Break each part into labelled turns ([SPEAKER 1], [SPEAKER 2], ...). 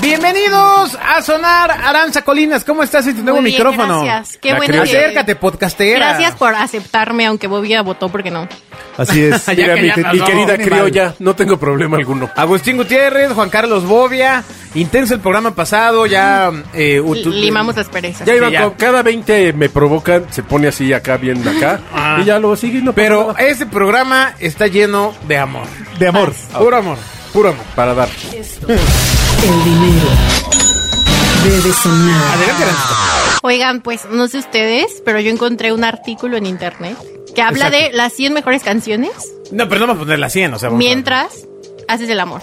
[SPEAKER 1] Bienvenidos a Sonar Aranza Colinas. ¿Cómo estás en tu nuevo
[SPEAKER 2] Muy bien,
[SPEAKER 1] micrófono?
[SPEAKER 2] gracias. Qué
[SPEAKER 1] La
[SPEAKER 2] buena
[SPEAKER 1] creo.
[SPEAKER 2] idea.
[SPEAKER 1] Acércate, podcastera.
[SPEAKER 2] Gracias por aceptarme, aunque Bobia votó porque no.
[SPEAKER 3] Así es.
[SPEAKER 1] Ya
[SPEAKER 3] Mira,
[SPEAKER 1] que
[SPEAKER 3] mi,
[SPEAKER 1] ya
[SPEAKER 3] mi
[SPEAKER 1] pasó,
[SPEAKER 3] querida
[SPEAKER 1] animal.
[SPEAKER 3] criolla, no tengo problema alguno.
[SPEAKER 1] Agustín Gutiérrez, Juan Carlos Bobia. Intenso el programa pasado, ya... eh,
[SPEAKER 2] L-
[SPEAKER 1] utu-
[SPEAKER 2] Limamos las perezas.
[SPEAKER 3] Ya
[SPEAKER 1] Sí,
[SPEAKER 3] iba
[SPEAKER 1] ya.
[SPEAKER 3] con- cada 20 me provocan, se pone así acá, bien acá, y ya luego sigue. y No pasa
[SPEAKER 1] Pero
[SPEAKER 3] nada.
[SPEAKER 1] este programa está lleno de amor.
[SPEAKER 3] de amor.
[SPEAKER 1] Puro amor, puro amor.
[SPEAKER 3] Para dar.
[SPEAKER 4] El dinero debe sonar.
[SPEAKER 1] Adelante, Arancita.
[SPEAKER 2] Oigan, pues no sé ustedes, pero yo encontré un artículo en internet que habla de las 100 mejores canciones
[SPEAKER 1] No, pero no vamos a poner la 100, o sea... vamos a-
[SPEAKER 2] mientras haces el amor.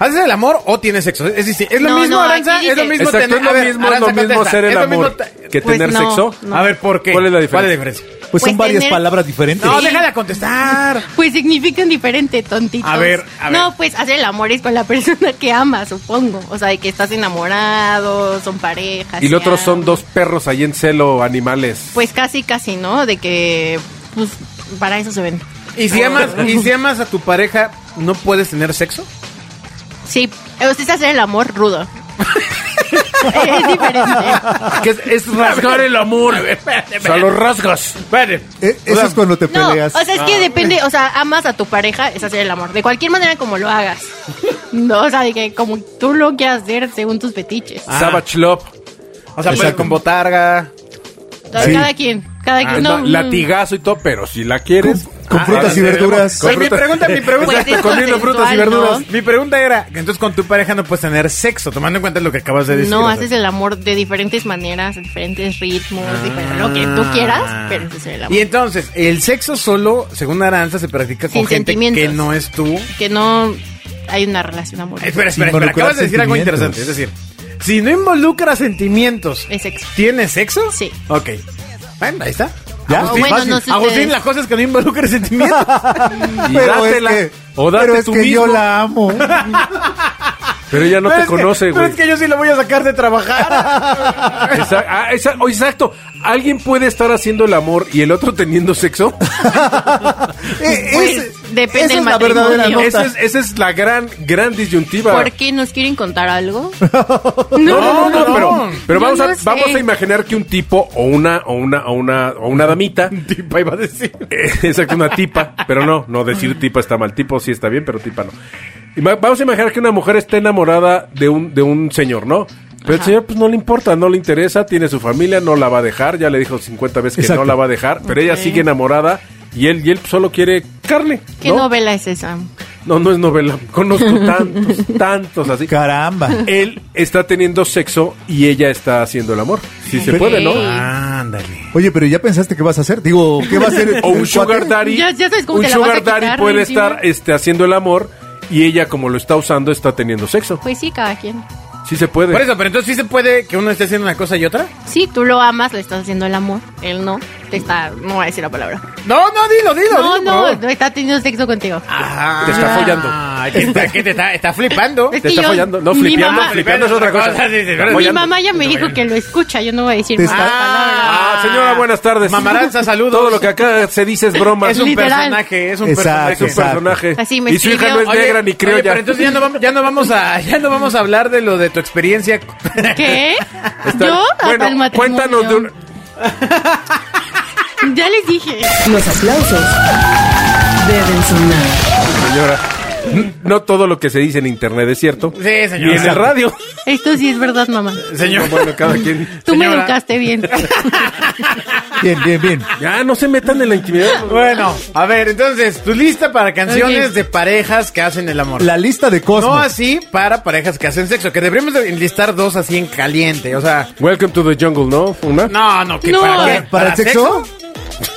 [SPEAKER 1] ¿Haces el amor o tienes sexo? Es decir, es lo
[SPEAKER 2] No,
[SPEAKER 1] mismo,
[SPEAKER 2] no,
[SPEAKER 1] Aranza,
[SPEAKER 2] aquí
[SPEAKER 1] es lo
[SPEAKER 2] dice-
[SPEAKER 1] mismo
[SPEAKER 3] Exacto, es lo
[SPEAKER 1] a ver,
[SPEAKER 3] mismo, es
[SPEAKER 1] Aranza,
[SPEAKER 3] lo mismo
[SPEAKER 1] contesta,
[SPEAKER 3] ser
[SPEAKER 1] es
[SPEAKER 3] el
[SPEAKER 1] lo
[SPEAKER 3] amor
[SPEAKER 1] mismo ta-
[SPEAKER 3] que
[SPEAKER 2] Pues
[SPEAKER 3] tener
[SPEAKER 2] no,
[SPEAKER 3] sexo.
[SPEAKER 2] no.
[SPEAKER 1] A ver, ¿por qué?
[SPEAKER 3] ¿Cuál es la diferencia?
[SPEAKER 1] ¿Cuál es la diferencia?
[SPEAKER 3] Pues
[SPEAKER 2] son varias palabras
[SPEAKER 3] diferentes.
[SPEAKER 1] No,
[SPEAKER 2] Sí.
[SPEAKER 1] deja de contestar.
[SPEAKER 2] Pues significan diferente, tontitos.
[SPEAKER 1] A ver, a ver.
[SPEAKER 2] No, pues hacer el amor es con la persona que ama, supongo. O sea, de que estás enamorado, son parejas.
[SPEAKER 3] Y
[SPEAKER 2] se
[SPEAKER 3] los otros son
[SPEAKER 2] aman.
[SPEAKER 3] dos perros ahí en celo, animales.
[SPEAKER 2] Pues casi, casi, ¿no? De que, pues, para eso se ven.
[SPEAKER 1] ¿Y si, amas, ¿Y si amas a tu pareja, no puedes tener sexo?
[SPEAKER 2] Sí, usted es hacer el amor rudo. es diferente.
[SPEAKER 1] Que es, es rasgar el amor. A ver, espérate,
[SPEAKER 3] o sea,
[SPEAKER 1] espérate.
[SPEAKER 3] los rasgas.
[SPEAKER 1] Espérate.
[SPEAKER 5] E-
[SPEAKER 1] O
[SPEAKER 5] Eso
[SPEAKER 1] sea,
[SPEAKER 5] es cuando te
[SPEAKER 2] No, o
[SPEAKER 5] peleas.
[SPEAKER 2] sea, es que depende, o sea, amas a tu pareja, es hacer el amor. De cualquier manera como lo hagas. No, o sea, de que como tú lo quieras hacer según tus fetiches.
[SPEAKER 3] Ah, Savage Love.
[SPEAKER 1] O sea, puedes
[SPEAKER 5] Exacto.
[SPEAKER 1] con botarga.
[SPEAKER 2] Entonces,
[SPEAKER 5] sí.
[SPEAKER 2] Cada quien, cada
[SPEAKER 3] Ah,
[SPEAKER 2] quien.
[SPEAKER 3] la-
[SPEAKER 2] no, mm.
[SPEAKER 3] latigazo y todo, pero si la quieres. ah,
[SPEAKER 5] con frutas y
[SPEAKER 3] dale,
[SPEAKER 5] verduras.
[SPEAKER 3] con
[SPEAKER 1] Oye, mi
[SPEAKER 3] frutas.
[SPEAKER 1] pregunta, mi pregunta.
[SPEAKER 2] Pues es
[SPEAKER 1] comiendo
[SPEAKER 2] consensual,
[SPEAKER 1] frutas y verduras.
[SPEAKER 2] ¿no?
[SPEAKER 1] Mi pregunta era, entonces con tu pareja no puedes tener sexo, tomando en cuenta lo que acabas de decir. o
[SPEAKER 2] No,
[SPEAKER 1] sea.
[SPEAKER 2] haces el amor de diferentes maneras, diferentes ritmos, diferente- lo que tú quieras, pero es hacer el amor.
[SPEAKER 1] Ah. Y entonces, el sexo solo, según Aranza, se practica con
[SPEAKER 2] Sin
[SPEAKER 1] gente
[SPEAKER 2] sentimientos.
[SPEAKER 1] que no es tú.
[SPEAKER 2] Que no hay una relación amorosa.
[SPEAKER 1] Espera,
[SPEAKER 5] Sin
[SPEAKER 1] espera, espera.
[SPEAKER 5] involucrar
[SPEAKER 1] Acabas de decir algo interesante.
[SPEAKER 5] sentimientos.
[SPEAKER 1] Es decir, si no involucra sentimientos,
[SPEAKER 2] Es sexo.
[SPEAKER 1] ¿tienes sexo?
[SPEAKER 2] Sí.
[SPEAKER 1] Ok. Bueno, ahí está.
[SPEAKER 5] Ya,
[SPEAKER 1] Agustín,
[SPEAKER 2] bueno, no sé
[SPEAKER 1] Agustín,
[SPEAKER 2] ustedes.
[SPEAKER 1] la cosa es que no involucra sentimientos.
[SPEAKER 3] Y
[SPEAKER 5] pero es
[SPEAKER 3] dátela,
[SPEAKER 5] que,
[SPEAKER 3] o date
[SPEAKER 5] pero es
[SPEAKER 3] tú
[SPEAKER 5] que yo
[SPEAKER 3] mismo.
[SPEAKER 5] la amo.
[SPEAKER 3] Pero ella no
[SPEAKER 1] Pero
[SPEAKER 3] te
[SPEAKER 1] es que-
[SPEAKER 3] conoce,
[SPEAKER 1] Pero
[SPEAKER 3] güey.
[SPEAKER 1] es que yo sí lo voy a sacar de trabajar.
[SPEAKER 3] Exa- ah, exa- oh, exacto. ¿Alguien puede estar haciendo el amor y el otro teniendo sexo?
[SPEAKER 5] E-
[SPEAKER 2] Pues,
[SPEAKER 5] ese-
[SPEAKER 2] depende
[SPEAKER 5] esa
[SPEAKER 2] del
[SPEAKER 5] es la verdadera
[SPEAKER 2] matrimonio.
[SPEAKER 5] nota.
[SPEAKER 3] Esa es, esa es la gran, gran disyuntiva.
[SPEAKER 2] ¿Por qué nos quieren contar algo?
[SPEAKER 3] No, no, no,
[SPEAKER 1] no,
[SPEAKER 3] pero, pero
[SPEAKER 2] Yo
[SPEAKER 3] vamos, a,
[SPEAKER 2] no sé.
[SPEAKER 3] vamos a imaginar que un tipo o una, o una, o una, o una damita.
[SPEAKER 1] Tipa iba a decir.
[SPEAKER 3] eh, Exacto, una tipa, pero no, no decir tipa está mal, tipo sí está bien, pero tipa no. Ima- Vamos a imaginar que una mujer está enamorada de un, de un señor, ¿no? Pero el señor pues no le importa, no le interesa, tiene su familia, no la va a dejar, ya le dijo 50 veces que
[SPEAKER 5] Exacto.
[SPEAKER 3] no la va a dejar, pero ella
[SPEAKER 2] Ok.
[SPEAKER 3] sigue enamorada y él, y él solo quiere carne.
[SPEAKER 2] ¿Qué
[SPEAKER 3] ¿no?
[SPEAKER 2] novela es esa?
[SPEAKER 3] No, no es novela. Conozco tantos, tantos así.
[SPEAKER 5] Caramba.
[SPEAKER 3] Él está teniendo sexo y ella está haciendo el amor. Si se
[SPEAKER 2] Ok.
[SPEAKER 3] puede, ¿no?
[SPEAKER 2] Ah.
[SPEAKER 1] Ándale.
[SPEAKER 5] Oye, pero ya pensaste qué vas a hacer. Digo, ¿qué va a hacer?
[SPEAKER 3] O un
[SPEAKER 5] el
[SPEAKER 3] sugar
[SPEAKER 5] cuate?
[SPEAKER 3] daddy.
[SPEAKER 2] Ya- ya sabes cómo
[SPEAKER 3] un
[SPEAKER 2] te la vas a
[SPEAKER 3] sugar daddy
[SPEAKER 2] quitar,
[SPEAKER 3] puede
[SPEAKER 2] ¿no?
[SPEAKER 3] estar
[SPEAKER 2] Encima.
[SPEAKER 3] este, haciendo el amor y ella, como lo está usando, está teniendo sexo.
[SPEAKER 2] Pues sí, cada quien.
[SPEAKER 3] Sí se puede.
[SPEAKER 1] Por eso, pero entonces sí se puede que uno esté haciendo una cosa y otra.
[SPEAKER 2] Sí, tú lo amas, le estás haciendo el amor. Él no. Te está. No voy a decir la palabra.
[SPEAKER 1] No, no, dilo, dilo.
[SPEAKER 2] No,
[SPEAKER 1] dilo,
[SPEAKER 2] no,
[SPEAKER 1] por favor.
[SPEAKER 2] no está teniendo sexo contigo.
[SPEAKER 1] Ah,
[SPEAKER 3] Te está follando.
[SPEAKER 1] Ay, que está, que te está, está flipando.
[SPEAKER 2] Es que
[SPEAKER 3] Te está
[SPEAKER 2] yo-
[SPEAKER 3] follando. No,
[SPEAKER 2] mi
[SPEAKER 3] flipeando.
[SPEAKER 2] mamá-
[SPEAKER 3] Flipeando es otra cosa.
[SPEAKER 1] Sí, sí, sí,
[SPEAKER 3] Está
[SPEAKER 1] mi
[SPEAKER 2] Mi
[SPEAKER 3] follando.
[SPEAKER 2] mamá ya me dijo que lo escucha, yo no voy a decir
[SPEAKER 5] Te
[SPEAKER 2] más
[SPEAKER 5] está-
[SPEAKER 2] palabras.
[SPEAKER 3] Ah, señora, buenas tardes.
[SPEAKER 1] Mamaranza, saludos.
[SPEAKER 3] Todo lo que acá se dice es broma.
[SPEAKER 1] es un
[SPEAKER 2] Literal.
[SPEAKER 1] personaje, es un
[SPEAKER 5] Exacto,
[SPEAKER 3] Es
[SPEAKER 1] personaje.
[SPEAKER 3] un
[SPEAKER 5] exacto.
[SPEAKER 3] personaje.
[SPEAKER 2] Así me
[SPEAKER 3] y su hija
[SPEAKER 2] escribió.
[SPEAKER 3] no es
[SPEAKER 1] Oye,
[SPEAKER 3] negra ni
[SPEAKER 1] oye,
[SPEAKER 3] criolla.
[SPEAKER 1] pero entonces ya no vamos, ya no vamos a, ya no vamos a hablar de lo de tu experiencia.
[SPEAKER 2] ¿Qué?
[SPEAKER 3] Está-
[SPEAKER 2] Yo hasta
[SPEAKER 3] bueno,
[SPEAKER 2] el matrimonio.
[SPEAKER 3] cuéntanos de un...
[SPEAKER 2] Ya les dije.
[SPEAKER 4] Los aplausos deben sonar.
[SPEAKER 3] Señora, n- no todo lo que se dice en internet es cierto.
[SPEAKER 1] Sí, señora.
[SPEAKER 3] Y en el
[SPEAKER 1] Exacto.
[SPEAKER 3] radio.
[SPEAKER 2] Esto sí es verdad, mamá.
[SPEAKER 1] Señor.
[SPEAKER 3] Bueno, cada quien.
[SPEAKER 2] Tú me
[SPEAKER 1] Señora.
[SPEAKER 2] educaste bien.
[SPEAKER 5] Bien, bien, bien.
[SPEAKER 3] Ya, no se metan en la intimidad.
[SPEAKER 1] Bueno, a ver, entonces, tu lista para canciones
[SPEAKER 2] Ok.
[SPEAKER 1] de parejas que hacen el amor.
[SPEAKER 5] La lista de
[SPEAKER 1] no
[SPEAKER 5] cosmos.
[SPEAKER 1] así para parejas que hacen sexo, que deberíamos de enlistar dos así en caliente, o sea...
[SPEAKER 3] Welcome to the jungle, ¿no? Una.
[SPEAKER 1] No, no, ¿qué,
[SPEAKER 2] No.
[SPEAKER 1] ¿para qué?
[SPEAKER 5] ¿Para, el sexo?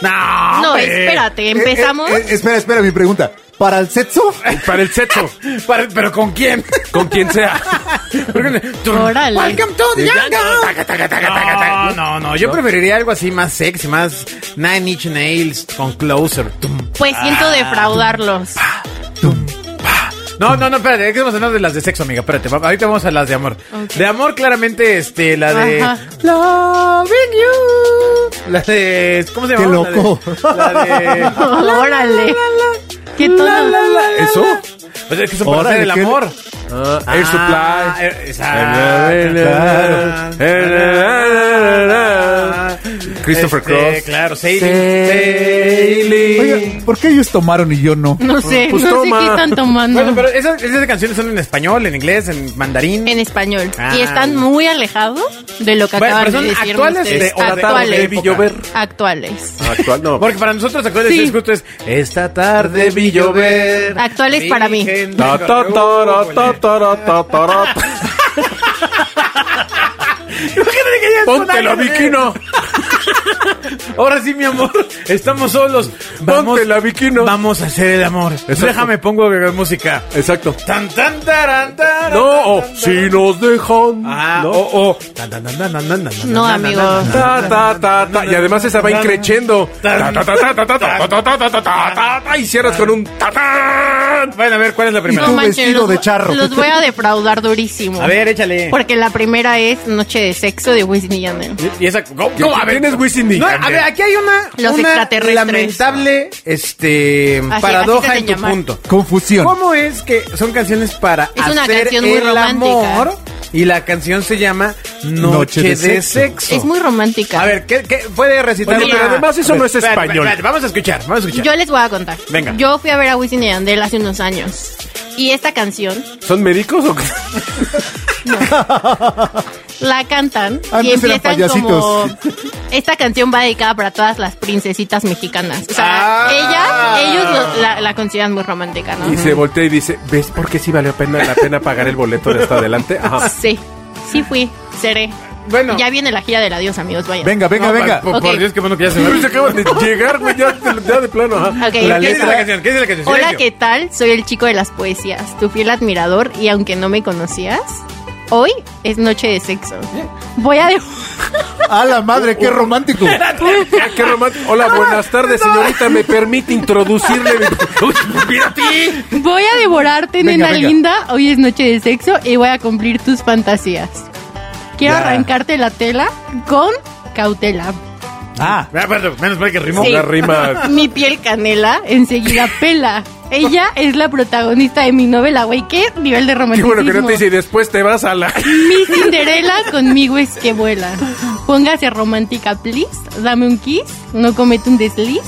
[SPEAKER 1] No,
[SPEAKER 2] No,
[SPEAKER 1] hombre.
[SPEAKER 2] espérate,
[SPEAKER 5] Eh,
[SPEAKER 2] empezamos.
[SPEAKER 5] eh, eh, espera, espera, mi pregunta. ¿Para el sexo?
[SPEAKER 3] Para el sexo.
[SPEAKER 1] Para- ¿Pero con quién?
[SPEAKER 3] Con quien sea.
[SPEAKER 2] Órale.
[SPEAKER 1] Welcome to the jungle.
[SPEAKER 3] Taca, taca, taca, taca,
[SPEAKER 1] No,
[SPEAKER 3] taca.
[SPEAKER 1] no, no, yo preferiría algo así más sexy, más Nine Inch Nails con Closer. Tum.
[SPEAKER 2] Pues siento defraudarlos.
[SPEAKER 1] No, no, no, espérate, hay que vamos a hablar de las de sexo, amiga, espérate, va- ahorita vamos a las de amor.
[SPEAKER 2] Ok.
[SPEAKER 1] De amor, claramente, este, la de...
[SPEAKER 2] Ajá.
[SPEAKER 1] Loving you. La de... ¿Cómo se
[SPEAKER 5] Qué
[SPEAKER 1] llama?
[SPEAKER 5] loco.
[SPEAKER 1] La de... la de-
[SPEAKER 2] Órale. ¿Qué tono?
[SPEAKER 3] ¿Eso?
[SPEAKER 1] Pues es que son para hacer
[SPEAKER 5] Órale,
[SPEAKER 1] el
[SPEAKER 5] qué-
[SPEAKER 1] amor.
[SPEAKER 3] Ah, Air
[SPEAKER 1] Ah,
[SPEAKER 3] Supply.
[SPEAKER 1] eh, exacto.
[SPEAKER 3] Christopher
[SPEAKER 1] Este,
[SPEAKER 3] Cross.
[SPEAKER 1] Claro, Sailing.
[SPEAKER 3] Sailing.
[SPEAKER 5] Oiga, ¿por qué ellos tomaron y yo no?
[SPEAKER 2] No sé,
[SPEAKER 3] Pues
[SPEAKER 2] no
[SPEAKER 3] toma.
[SPEAKER 2] sé qué están tomando.
[SPEAKER 1] Bueno, pero esas, esas canciones son en español, en inglés, en mandarín.
[SPEAKER 2] En español.
[SPEAKER 1] Ah.
[SPEAKER 2] Y están muy alejados de lo que
[SPEAKER 1] Bueno,
[SPEAKER 2] acaban
[SPEAKER 1] pero son
[SPEAKER 2] de decir.
[SPEAKER 1] actuales de- o datados
[SPEAKER 3] de
[SPEAKER 2] actuales.
[SPEAKER 3] Baby Llover.
[SPEAKER 2] Actuales.
[SPEAKER 3] Actual, no.
[SPEAKER 1] Porque para nosotros, actuales
[SPEAKER 2] Sí.
[SPEAKER 1] es justo es Esta tarde vi llover.
[SPEAKER 2] Actuales para mí.
[SPEAKER 1] Virgen
[SPEAKER 3] Ta,
[SPEAKER 1] de
[SPEAKER 3] ta, ta,
[SPEAKER 1] Guadalupe.
[SPEAKER 3] ta, ta, ta, ta, ta, ta.
[SPEAKER 1] Imagínate que ya es
[SPEAKER 3] Póntelo,
[SPEAKER 1] con alguien,
[SPEAKER 3] Viquino.
[SPEAKER 1] eh. Ahora sí, mi amor, estamos solos.
[SPEAKER 3] Póntela, Viquino.
[SPEAKER 1] Vamos a hacer el amor.
[SPEAKER 3] Exacto.
[SPEAKER 1] Déjame pongo eh, música.
[SPEAKER 3] Exacto.
[SPEAKER 1] Tan tan taran, taran, tan,
[SPEAKER 3] No, o
[SPEAKER 1] tan,
[SPEAKER 3] si nos dejan.
[SPEAKER 1] Ah,
[SPEAKER 3] ¿no?
[SPEAKER 1] o, o. Tan, tan, tan, tan, tan, tan, tan,
[SPEAKER 2] No,
[SPEAKER 1] tan, tan,
[SPEAKER 2] amigo.
[SPEAKER 1] tan, tan.
[SPEAKER 3] Ta, ta, ta, ta. Y además esa va increciendo. Ta, ta, ta, ta, ta, ta, ta, ta, ta, ta, ta, ta, ta. Y cierras con un ta, ta.
[SPEAKER 1] Vayan a ver cuál es la
[SPEAKER 5] Y
[SPEAKER 1] primera.
[SPEAKER 5] tú vestido
[SPEAKER 2] los,
[SPEAKER 5] de charro.
[SPEAKER 2] Los voy a defraudar durísimo.
[SPEAKER 1] A ver, échale.
[SPEAKER 2] Porque la primera es Noche de Sexo de Whitney Yandel.
[SPEAKER 1] Y- Y esa. ¿Cómo?
[SPEAKER 3] ¿Quién- quién es Wisin y
[SPEAKER 1] No, a
[SPEAKER 3] Yandel?
[SPEAKER 1] ver, aquí hay una.
[SPEAKER 2] Los
[SPEAKER 1] una
[SPEAKER 2] extraterrestres.
[SPEAKER 1] Lamentable este,
[SPEAKER 2] así
[SPEAKER 1] paradoja
[SPEAKER 2] se
[SPEAKER 1] en tu
[SPEAKER 2] llama.
[SPEAKER 1] punto.
[SPEAKER 5] Confusión.
[SPEAKER 1] ¿Cómo es que son canciones para
[SPEAKER 2] Es
[SPEAKER 1] hacer
[SPEAKER 2] una canción muy
[SPEAKER 1] el
[SPEAKER 2] romántica.
[SPEAKER 1] amor? Y la canción se llama Noche,
[SPEAKER 5] Noche de
[SPEAKER 1] de,
[SPEAKER 5] sexo.
[SPEAKER 1] sexo.
[SPEAKER 2] Es muy romántica.
[SPEAKER 1] A ver, ¿qué, qué puede recitar?
[SPEAKER 3] Oye,
[SPEAKER 1] una-
[SPEAKER 3] pero además
[SPEAKER 1] A
[SPEAKER 3] eso
[SPEAKER 1] ver,
[SPEAKER 3] no es
[SPEAKER 1] espérate,
[SPEAKER 3] español.
[SPEAKER 1] espérate, vamos a escuchar, vamos a escuchar.
[SPEAKER 2] Yo les voy a contar.
[SPEAKER 1] Venga.
[SPEAKER 2] Yo fui a ver a Wisin y Yandel hace unos años. Y esta canción
[SPEAKER 3] ¿Son médicos o qué?
[SPEAKER 2] la cantan y
[SPEAKER 5] Antes eran
[SPEAKER 2] empiezan
[SPEAKER 5] payasitos.
[SPEAKER 2] como esta canción va dedicada para todas las princesitas mexicanas. O sea,
[SPEAKER 1] Ah.
[SPEAKER 2] ellas, ellos lo- la, la consideran muy romántica, ¿no?
[SPEAKER 3] Y se voltea y dice, ¿ves por qué sí valió pena la pena pagar el boleto de hasta adelante? Ajá.
[SPEAKER 2] Sí, sí fui, seré.
[SPEAKER 1] Bueno.
[SPEAKER 2] Ya viene la gira del adiós, amigos, vayan.
[SPEAKER 5] Venga, venga,
[SPEAKER 1] No,
[SPEAKER 5] venga.
[SPEAKER 1] Por,
[SPEAKER 2] Ok.
[SPEAKER 1] por Dios, qué bueno que ya se va.
[SPEAKER 3] Pero se acaban de llegar, güey, ya, de- ya de plano, ajá.
[SPEAKER 2] Ok,
[SPEAKER 1] La
[SPEAKER 2] empieza.
[SPEAKER 1] letra de la canción, ¿qué dice la canción?
[SPEAKER 2] Hola,
[SPEAKER 1] Silencio.
[SPEAKER 2] ¿qué tal? Soy el chico de las poesías, tu fiel admirador y aunque no me conocías, hoy es noche de sexo. Voy a de-
[SPEAKER 5] A la madre, qué romántico.
[SPEAKER 3] Ah, qué romántico. Hola, buenas tardes, señorita. ¿Me permite introducirle? mi- Uy, mira,
[SPEAKER 2] voy a devorarte,
[SPEAKER 5] Venga,
[SPEAKER 2] nena
[SPEAKER 5] venga.
[SPEAKER 2] linda. Hoy es noche de sexo y voy a cumplir tus fantasías. Quiero
[SPEAKER 5] Ya.
[SPEAKER 2] arrancarte la tela con cautela.
[SPEAKER 5] Ah,
[SPEAKER 1] Ah, perdón, menos mal que rimó.
[SPEAKER 2] Sí.
[SPEAKER 3] Una rima.
[SPEAKER 2] Mi piel canela enseguida pela. Ella es la protagonista de mi novela, güey. ¿Qué nivel de
[SPEAKER 3] Qué
[SPEAKER 2] romanticismo?
[SPEAKER 3] bueno que no te dice y después te vas a la...
[SPEAKER 2] Mi Cinderela conmigo es que vuela. Póngase romántica, please. Dame un kiss. No comete un desliz.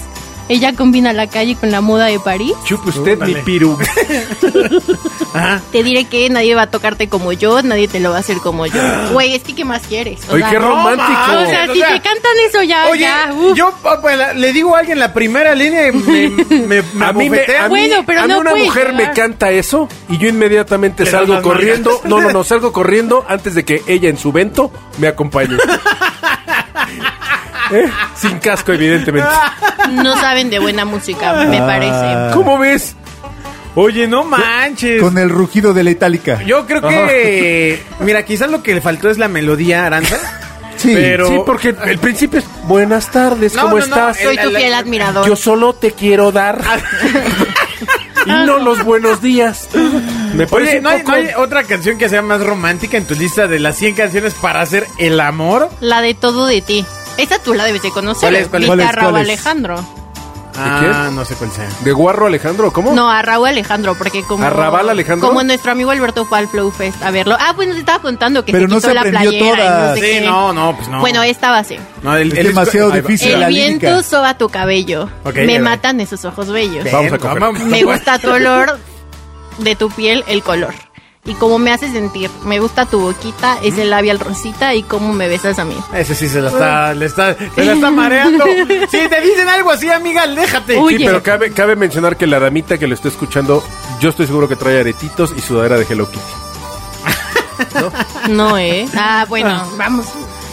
[SPEAKER 2] Ella combina la calle con la moda de París.
[SPEAKER 3] Chupe usted mi
[SPEAKER 1] Dale.
[SPEAKER 3] piru.
[SPEAKER 2] Te diré que nadie va a tocarte como yo, nadie te lo va a hacer como yo. Güey, es que ¿qué más quieres? O
[SPEAKER 3] Oye,
[SPEAKER 2] sea,
[SPEAKER 3] qué
[SPEAKER 2] no,
[SPEAKER 3] romántico.
[SPEAKER 2] O sea,
[SPEAKER 1] O
[SPEAKER 2] si
[SPEAKER 1] sea,
[SPEAKER 2] te cantan eso ya,
[SPEAKER 1] Oye,
[SPEAKER 2] ya. uf.
[SPEAKER 1] yo pa- pa- la- le digo a alguien la primera línea y me, me, me
[SPEAKER 3] A mí, me,
[SPEAKER 1] abofetea.
[SPEAKER 3] a mí-
[SPEAKER 2] Bueno, pero
[SPEAKER 3] a mí
[SPEAKER 2] no
[SPEAKER 3] una
[SPEAKER 2] puede
[SPEAKER 3] mujer
[SPEAKER 2] llegar.
[SPEAKER 3] me canta eso y yo inmediatamente
[SPEAKER 1] Le
[SPEAKER 3] salgo
[SPEAKER 1] das las
[SPEAKER 3] corriendo.
[SPEAKER 1] nalgas.
[SPEAKER 3] No, no, no, salgo corriendo antes de que ella en su vento me acompañe. ¿Eh? Sin casco, evidentemente.
[SPEAKER 2] No saben de buena música, me
[SPEAKER 1] Ah.
[SPEAKER 2] parece.
[SPEAKER 3] ¿Cómo ves?
[SPEAKER 1] Oye, no manches.
[SPEAKER 5] con el rugido de la itálica.
[SPEAKER 1] Yo creo que. Mira, quizás lo que le faltó es la melodía, Aranza.
[SPEAKER 5] Sí,
[SPEAKER 1] pero-
[SPEAKER 3] Sí, porque el principio es buenas tardes,
[SPEAKER 1] No,
[SPEAKER 3] ¿cómo
[SPEAKER 1] no, no,
[SPEAKER 3] estás?
[SPEAKER 1] el-
[SPEAKER 2] Soy tu
[SPEAKER 1] la-
[SPEAKER 2] fiel
[SPEAKER 1] la-
[SPEAKER 2] admirador.
[SPEAKER 3] Yo solo te quiero dar.
[SPEAKER 1] Ah.
[SPEAKER 3] y no los buenos días. Me parece
[SPEAKER 1] Oye,
[SPEAKER 3] un
[SPEAKER 1] ¿no hay,
[SPEAKER 3] poco-
[SPEAKER 1] no hay otra canción que sea más romántica en tu lista de las 100 canciones para hacer el amor?
[SPEAKER 2] La de todo de ti. Esta tú la debes de conocer.
[SPEAKER 1] ¿Cuál es, cuál es?
[SPEAKER 2] Viste
[SPEAKER 5] ¿Cuál es,
[SPEAKER 2] a Raúl
[SPEAKER 5] cuál es?
[SPEAKER 2] Alejandro.
[SPEAKER 1] Ah, no sé cuál sea.
[SPEAKER 3] ¿De Guarro Alejandro?
[SPEAKER 1] Uh.
[SPEAKER 3] ¿Cómo?
[SPEAKER 2] No, a Raúl Alejandro, porque como.
[SPEAKER 3] ¿A Raval Alejandro?
[SPEAKER 2] Como nuestro amigo Alberto fue al Flow Fest a verlo. Ah, bueno, te estaba contando que
[SPEAKER 5] Pero
[SPEAKER 2] se
[SPEAKER 5] no
[SPEAKER 2] quitó
[SPEAKER 5] se
[SPEAKER 2] la
[SPEAKER 5] aprendió
[SPEAKER 2] playera y no
[SPEAKER 5] todas.
[SPEAKER 2] sé
[SPEAKER 1] Sí,
[SPEAKER 2] qué.
[SPEAKER 1] no, no, pues no.
[SPEAKER 2] Bueno, esta va a ser.
[SPEAKER 1] No, el-
[SPEAKER 5] Es
[SPEAKER 1] el-
[SPEAKER 5] demasiado
[SPEAKER 1] ahí va.
[SPEAKER 5] difícil. Sí,
[SPEAKER 2] El
[SPEAKER 5] la
[SPEAKER 2] viento
[SPEAKER 5] lírica.
[SPEAKER 2] soba tu cabello.
[SPEAKER 1] Ok,
[SPEAKER 2] me
[SPEAKER 1] ya va.
[SPEAKER 2] matan esos ojos bellos.
[SPEAKER 1] Ven,
[SPEAKER 3] Vamos a coger.
[SPEAKER 1] vamos.
[SPEAKER 2] Me gusta tu olor de tu piel, el color. Y cómo me hace sentir. Me gusta tu boquita,
[SPEAKER 5] ¿Mm?
[SPEAKER 2] ese labial rosita y cómo me besas a mí.
[SPEAKER 1] Ese sí se la está, le está, se la está mareando. Si te dicen algo así, amiga, déjate.
[SPEAKER 2] Uy.
[SPEAKER 3] Sí,
[SPEAKER 2] Oye.
[SPEAKER 3] pero cabe, cabe mencionar que la damita que lo está escuchando, yo estoy seguro que trae aretitos y sudadera de Hello Kitty.
[SPEAKER 2] No, ¿eh? Ah, bueno, vamos.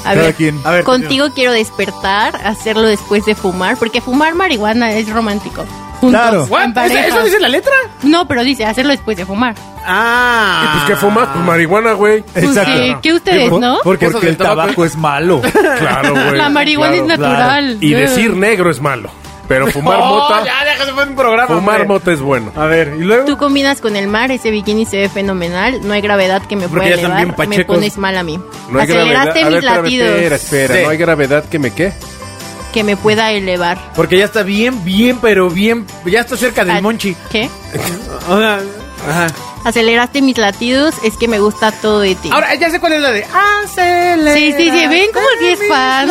[SPEAKER 2] A
[SPEAKER 5] Cada
[SPEAKER 2] ver,
[SPEAKER 5] quien.
[SPEAKER 1] A ver,
[SPEAKER 2] contigo quiero despertar, hacerlo después de fumar, porque fumar marihuana es romántico. Juntos,
[SPEAKER 5] Claro.
[SPEAKER 2] en
[SPEAKER 1] ¿What? ¿Eso,
[SPEAKER 2] pareja.
[SPEAKER 1] eso dice la letra?
[SPEAKER 2] No, pero dice hacerlo después de fumar.
[SPEAKER 1] Ah.
[SPEAKER 3] Y pues que fumas, pues marihuana, güey.
[SPEAKER 2] Pues, ¿qué- qué ustedes,
[SPEAKER 5] Por-
[SPEAKER 2] no?
[SPEAKER 5] Porque,
[SPEAKER 1] Porque
[SPEAKER 5] el
[SPEAKER 1] el tabaco
[SPEAKER 5] tabaco es malo.
[SPEAKER 3] Claro, güey.
[SPEAKER 2] La marihuana
[SPEAKER 3] Claro,
[SPEAKER 2] es natural.
[SPEAKER 3] claro. Y decir negro es malo. Pero fumar
[SPEAKER 1] Oh,
[SPEAKER 3] mota,
[SPEAKER 1] Ya, déjase fue un programa.
[SPEAKER 3] fumar
[SPEAKER 1] hombre.
[SPEAKER 3] mota es bueno.
[SPEAKER 1] A ver, y luego.
[SPEAKER 2] Tú combinas con el mar, ese bikini se ve fenomenal, no hay gravedad que me
[SPEAKER 1] Porque
[SPEAKER 2] pueda
[SPEAKER 1] ya están bien
[SPEAKER 2] elevar, me
[SPEAKER 1] pachecos.
[SPEAKER 2] pones mal a mí.
[SPEAKER 3] No hay gravedad.
[SPEAKER 2] Aceleraste
[SPEAKER 3] A ver,
[SPEAKER 2] mis
[SPEAKER 3] espérame,
[SPEAKER 2] latidos.
[SPEAKER 3] espera, espera.
[SPEAKER 1] Sí.
[SPEAKER 3] No hay gravedad que me qué.
[SPEAKER 2] que me pueda elevar.
[SPEAKER 1] Porque ya está bien, bien, pero bien. Ya está cerca del
[SPEAKER 2] Ah,
[SPEAKER 1] monchi.
[SPEAKER 2] ¿Qué?
[SPEAKER 1] O sea, ajá.
[SPEAKER 2] Aceleraste mis latidos, es que me gusta todo de ti.
[SPEAKER 1] Ahora, ya sé cuál es la de Acelera.
[SPEAKER 2] Sí, sí, sí, ven cómo sí es fan.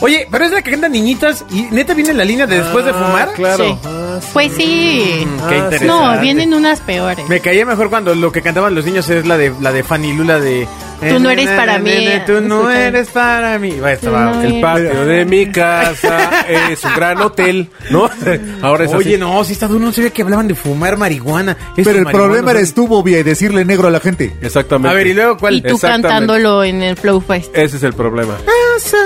[SPEAKER 1] Oye, pero es la que cantan niñitas y neta viene en la línea de después de fumar.
[SPEAKER 3] Claro.
[SPEAKER 2] Sí. Pues sí.
[SPEAKER 1] Mm, qué interesante.
[SPEAKER 2] No, vienen unas peores.
[SPEAKER 1] Me caía mejor cuando lo que cantaban los niños es la de la de Fanny Lula de
[SPEAKER 2] Tú no eres para mí.
[SPEAKER 1] Tú no eres para mí. Bueno, estaba-
[SPEAKER 2] no
[SPEAKER 1] el
[SPEAKER 3] El patio de mi casa es un gran hotel, ¿no? Ahora es
[SPEAKER 1] Oye,
[SPEAKER 3] así.
[SPEAKER 1] no, si está duro, no sabía que hablaban de fumar marihuana. Estos
[SPEAKER 5] Pero el
[SPEAKER 1] marihuanos
[SPEAKER 5] problema eres
[SPEAKER 1] son-
[SPEAKER 5] tú, Bobia, y decirle negro a la gente.
[SPEAKER 3] Exactamente.
[SPEAKER 1] A ver, ¿y luego cuál?
[SPEAKER 2] Y tú
[SPEAKER 3] Exactamente.
[SPEAKER 2] cantándolo en el Ah. Flow Fest.
[SPEAKER 3] Ese es el problema.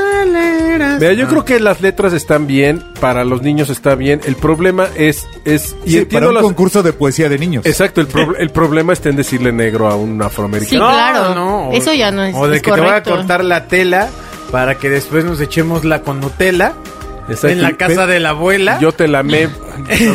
[SPEAKER 1] Aceleras.
[SPEAKER 3] Mira, yo creo que las letras están bien, para los niños está bien. El problema es es y
[SPEAKER 5] Sí, para
[SPEAKER 3] entiendo
[SPEAKER 5] un
[SPEAKER 3] las-
[SPEAKER 5] concurso de poesía de niños.
[SPEAKER 3] Exacto, el, prob- el problema está en decirle negro a un
[SPEAKER 2] Sí,
[SPEAKER 3] afroamericano.
[SPEAKER 2] claro. Eso ya no es-
[SPEAKER 1] O de
[SPEAKER 2] es
[SPEAKER 1] que te
[SPEAKER 2] correcto.
[SPEAKER 1] voy a cortar la tela para que después nos echemos la con Nutella
[SPEAKER 3] Exacto.
[SPEAKER 1] en la casa de la abuela.
[SPEAKER 3] Yo te lamé.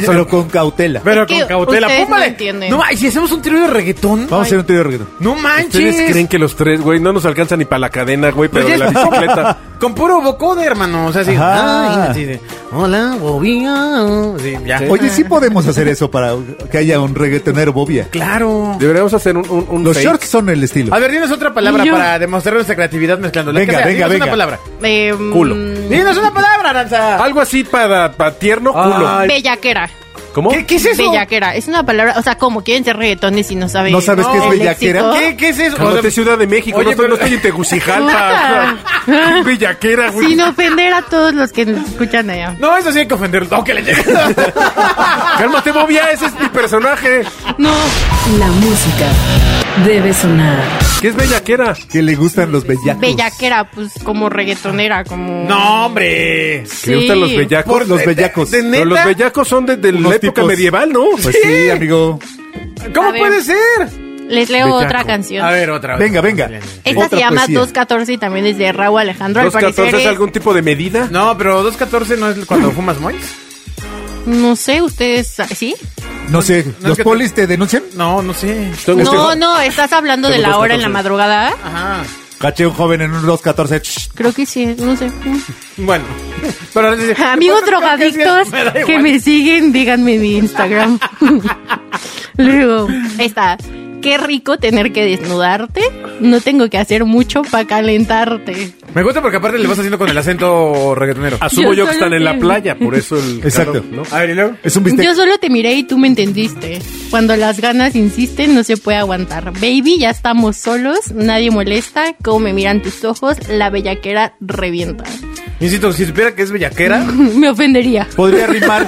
[SPEAKER 5] Pero con cautela.
[SPEAKER 1] pero
[SPEAKER 2] Es que
[SPEAKER 1] con cautela.
[SPEAKER 2] ustedes no
[SPEAKER 1] Póngale.
[SPEAKER 2] entienden.
[SPEAKER 1] No, ma- y si hacemos un trío de reggaetón.
[SPEAKER 5] Vamos a hacer un trío de reggaetón.
[SPEAKER 1] No manches.
[SPEAKER 3] ¿Ustedes creen que los tres, güey, no nos alcanza ni para la cadena, güey, pero de la bicicleta?
[SPEAKER 1] Con puro vocoder, hermano. O sea, así.
[SPEAKER 5] Ajá.
[SPEAKER 1] ay, así de, Hola, bobía. Sí, ya.
[SPEAKER 5] Oye, sí podemos hacer eso para que haya un reggaetonero Bobia.
[SPEAKER 1] Claro.
[SPEAKER 3] Deberíamos hacer un, un, un
[SPEAKER 5] Los
[SPEAKER 3] fake.
[SPEAKER 5] shorts son el estilo.
[SPEAKER 1] A ver, dinos otra palabra
[SPEAKER 2] Y yo-
[SPEAKER 1] para demostrar nuestra creatividad mezclando.
[SPEAKER 5] Venga, venga,
[SPEAKER 1] dinos una
[SPEAKER 5] venga.
[SPEAKER 1] palabra.
[SPEAKER 2] Eh,
[SPEAKER 3] Culo.
[SPEAKER 2] mm,
[SPEAKER 1] Dinos una palabra, Aranza.
[SPEAKER 3] Algo así para, para tierno culo.
[SPEAKER 1] Ay.
[SPEAKER 2] Bellaquera.
[SPEAKER 3] ¿Cómo?
[SPEAKER 1] ¿Qué, qué es eso?
[SPEAKER 2] Bellaquera. Es una palabra. O sea, como quieren ser reggaetones y no saben.
[SPEAKER 5] ¿No sabes qué es
[SPEAKER 2] el
[SPEAKER 5] bellaquera?
[SPEAKER 2] léxico?
[SPEAKER 1] ¿Qué, qué es eso?
[SPEAKER 3] Cálmate,
[SPEAKER 1] O sea,
[SPEAKER 3] Ciudad de México,
[SPEAKER 1] Oye,
[SPEAKER 3] no, estoy,
[SPEAKER 1] pero-
[SPEAKER 3] no estoy en Tegucigalpa. Villaquera, güey.
[SPEAKER 2] Sin ofender a todos los que nos escuchan allá.
[SPEAKER 1] No, eso sí hay que ofenderlo. No, que le llegue.
[SPEAKER 3] Cálmate, Bobia, ese es mi personaje.
[SPEAKER 2] No.
[SPEAKER 4] La música debe sonar.
[SPEAKER 3] ¿Qué es bellaquera?
[SPEAKER 5] Que le gustan los bellacos.
[SPEAKER 2] Bellaquera, pues como reggaetonera, como.
[SPEAKER 1] no, hombre.
[SPEAKER 3] Que le gustan los bellacos.
[SPEAKER 5] Por los bellacos.
[SPEAKER 1] Pues, eh, De- de-
[SPEAKER 3] Pero los
[SPEAKER 1] ¿Neta?
[SPEAKER 3] bellacos son desde la
[SPEAKER 5] Unos
[SPEAKER 3] época
[SPEAKER 5] tipos.
[SPEAKER 3] medieval, ¿no?
[SPEAKER 5] Pues sí, amigo.
[SPEAKER 1] ¿Cómo
[SPEAKER 2] A ver.
[SPEAKER 1] puede ser?
[SPEAKER 2] Les leo
[SPEAKER 3] Bellaco.
[SPEAKER 2] otra canción.
[SPEAKER 1] A ver, otra vez.
[SPEAKER 5] Venga, venga.
[SPEAKER 2] Esta
[SPEAKER 5] Otra
[SPEAKER 2] se llama
[SPEAKER 5] poesía.
[SPEAKER 2] 214 y también es de Raúl Alejandro. Al
[SPEAKER 3] ¿Los
[SPEAKER 2] parecer
[SPEAKER 3] 14 es
[SPEAKER 2] es-
[SPEAKER 3] algún tipo de medida?
[SPEAKER 1] No, pero 2.14 no es cuando fumas mois.
[SPEAKER 2] No sé, ustedes. ¿Sí?
[SPEAKER 5] No sé,
[SPEAKER 1] No es
[SPEAKER 5] ¿los
[SPEAKER 1] que te-
[SPEAKER 5] polis te denuncian?
[SPEAKER 1] No, no sé.
[SPEAKER 3] Tengo-
[SPEAKER 2] No,
[SPEAKER 3] tengo-
[SPEAKER 2] no, estás hablando de la hora en la
[SPEAKER 3] 2:14.
[SPEAKER 2] madrugada.
[SPEAKER 1] Ajá.
[SPEAKER 5] Caché a un joven en un 214. Shh.
[SPEAKER 2] Creo que sí, no sé.
[SPEAKER 1] Bueno. Pero eh, ahora dice,
[SPEAKER 2] Amigos
[SPEAKER 1] creo que sí es-
[SPEAKER 2] drogadictos
[SPEAKER 1] me da
[SPEAKER 2] que
[SPEAKER 1] igual.
[SPEAKER 2] me siguen, díganme mi Instagram. Luego, esta. Qué rico tener que desnudarte. No tengo que hacer mucho para calentarte.
[SPEAKER 1] Me gusta porque aparte le vas haciendo con el acento reggaetonero.
[SPEAKER 3] Asumo
[SPEAKER 2] Yo
[SPEAKER 3] yo que
[SPEAKER 2] solo
[SPEAKER 3] están en la
[SPEAKER 2] quiero-
[SPEAKER 3] playa, por eso el.
[SPEAKER 5] Exacto.
[SPEAKER 3] calor, ¿no?
[SPEAKER 1] A ver, ¿y luego?
[SPEAKER 5] Es un bistec.
[SPEAKER 2] Yo solo te miré y tú me entendiste. Cuando las ganas insisten, no se puede aguantar. Baby, ya estamos solos, nadie molesta. Como me miran tus ojos, la bellaquera revienta.
[SPEAKER 1] Insisto, si supiera que es bellaquera,
[SPEAKER 2] me ofendería.
[SPEAKER 5] Podría rimar.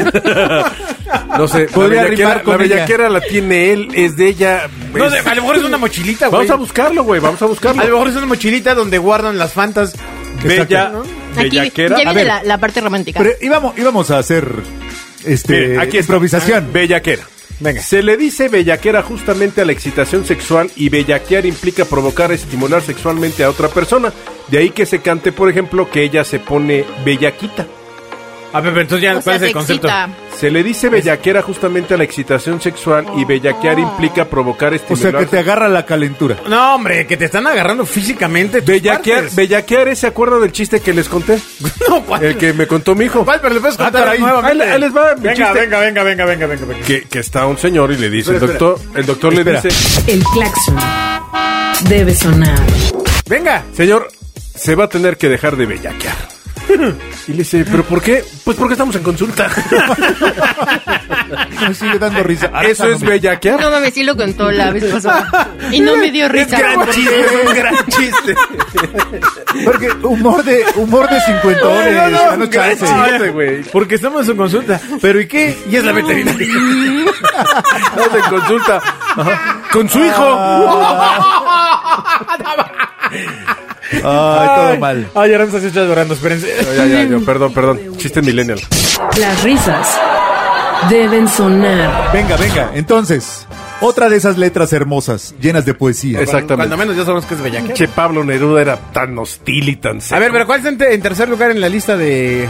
[SPEAKER 3] No sé,
[SPEAKER 5] Podría
[SPEAKER 3] la bellaquera,
[SPEAKER 5] rimar con
[SPEAKER 3] la bellaquera la tiene él, es de ella.
[SPEAKER 1] no
[SPEAKER 3] es-
[SPEAKER 1] sé, a lo mejor es una mochilita, güey.
[SPEAKER 3] Vamos a buscarlo, güey, vamos a buscarlo.
[SPEAKER 1] A lo mejor es una mochilita donde guardan las fantas.
[SPEAKER 3] Bella,
[SPEAKER 1] Exacto.
[SPEAKER 2] Aquí
[SPEAKER 3] bellaquera.
[SPEAKER 2] ya
[SPEAKER 5] A
[SPEAKER 2] viene
[SPEAKER 5] ver.
[SPEAKER 2] la, la parte romántica.
[SPEAKER 5] Pero íbamos, íbamos a hacer este
[SPEAKER 3] Miren, aquí está. Ah,
[SPEAKER 5] improvisación.
[SPEAKER 3] Bellaquera.
[SPEAKER 1] Venga.
[SPEAKER 3] Se le dice bellaquera justamente a la excitación sexual y bellaquear implica provocar, estimular sexualmente a otra persona. De ahí que se cante, por ejemplo, que ella se pone bellaquita.
[SPEAKER 1] A ver, pero entonces ya,
[SPEAKER 2] O
[SPEAKER 1] ¿cuál
[SPEAKER 2] sea,
[SPEAKER 1] es el
[SPEAKER 2] se
[SPEAKER 1] concepto?
[SPEAKER 2] excita.
[SPEAKER 3] Se le dice bellaquera justamente a la excitación sexual y
[SPEAKER 2] Ah.
[SPEAKER 3] bellaquear implica provocar,
[SPEAKER 5] O sea
[SPEAKER 3] estimular.
[SPEAKER 5] que te agarra la calentura.
[SPEAKER 1] No, hombre, que te están agarrando físicamente. tus
[SPEAKER 3] Bellaquear,
[SPEAKER 1] partes.
[SPEAKER 3] bellaquear es, ¿se acuerdan del chiste que les conté?
[SPEAKER 1] No, ¿cuál?
[SPEAKER 3] El que me contó mi hijo.
[SPEAKER 1] ¿Cuál? Pero le puedes
[SPEAKER 3] Ah,
[SPEAKER 1] contar
[SPEAKER 3] caray.
[SPEAKER 1] nuevamente.
[SPEAKER 3] Ahí le- ahí les va mi
[SPEAKER 1] venga,
[SPEAKER 3] chiste.
[SPEAKER 1] venga, venga, venga, venga, venga, venga.
[SPEAKER 3] Que, que está un señor y le dice,
[SPEAKER 1] Espera,
[SPEAKER 3] el doctor, el doctor
[SPEAKER 5] Espera.
[SPEAKER 3] le dice,
[SPEAKER 4] El claxon debe sonar.
[SPEAKER 1] Venga.
[SPEAKER 3] señor, se va a tener que dejar de bellaquear. Y le dice, ¿pero por qué? Pues porque estamos en consulta.
[SPEAKER 5] Me sigue dando risa.
[SPEAKER 3] Eso es bellaquear.
[SPEAKER 2] No mames, sí lo contó la vez pasada. Y no me dio
[SPEAKER 1] Es
[SPEAKER 2] risa.
[SPEAKER 1] gran chiste, es un gran chiste.
[SPEAKER 5] Porque humor de, humor de cincuentones.
[SPEAKER 1] No, no, no,
[SPEAKER 5] danos chance.
[SPEAKER 1] gran chiste, güey. Porque estamos en su consulta. Pero ¿y qué? Y es la veterinaria.
[SPEAKER 3] Estamos en consulta. Ajá. Con su hijo.
[SPEAKER 5] Ay, todo mal.
[SPEAKER 1] Ay, Aranza se está llorando, espérense.
[SPEAKER 3] No, ya, ya, ya, perdón, perdón. Chiste millennial.
[SPEAKER 4] Las risas deben sonar.
[SPEAKER 5] Venga, venga. Entonces, otra de esas letras hermosas, llenas de poesía.
[SPEAKER 3] Exactamente.
[SPEAKER 1] Cuando menos ya sabemos que es bellaquear.
[SPEAKER 3] Che, Pablo Neruda era tan hostil y tan seco.
[SPEAKER 1] A ver, pero ¿cuál está en, te- en tercer lugar en la lista de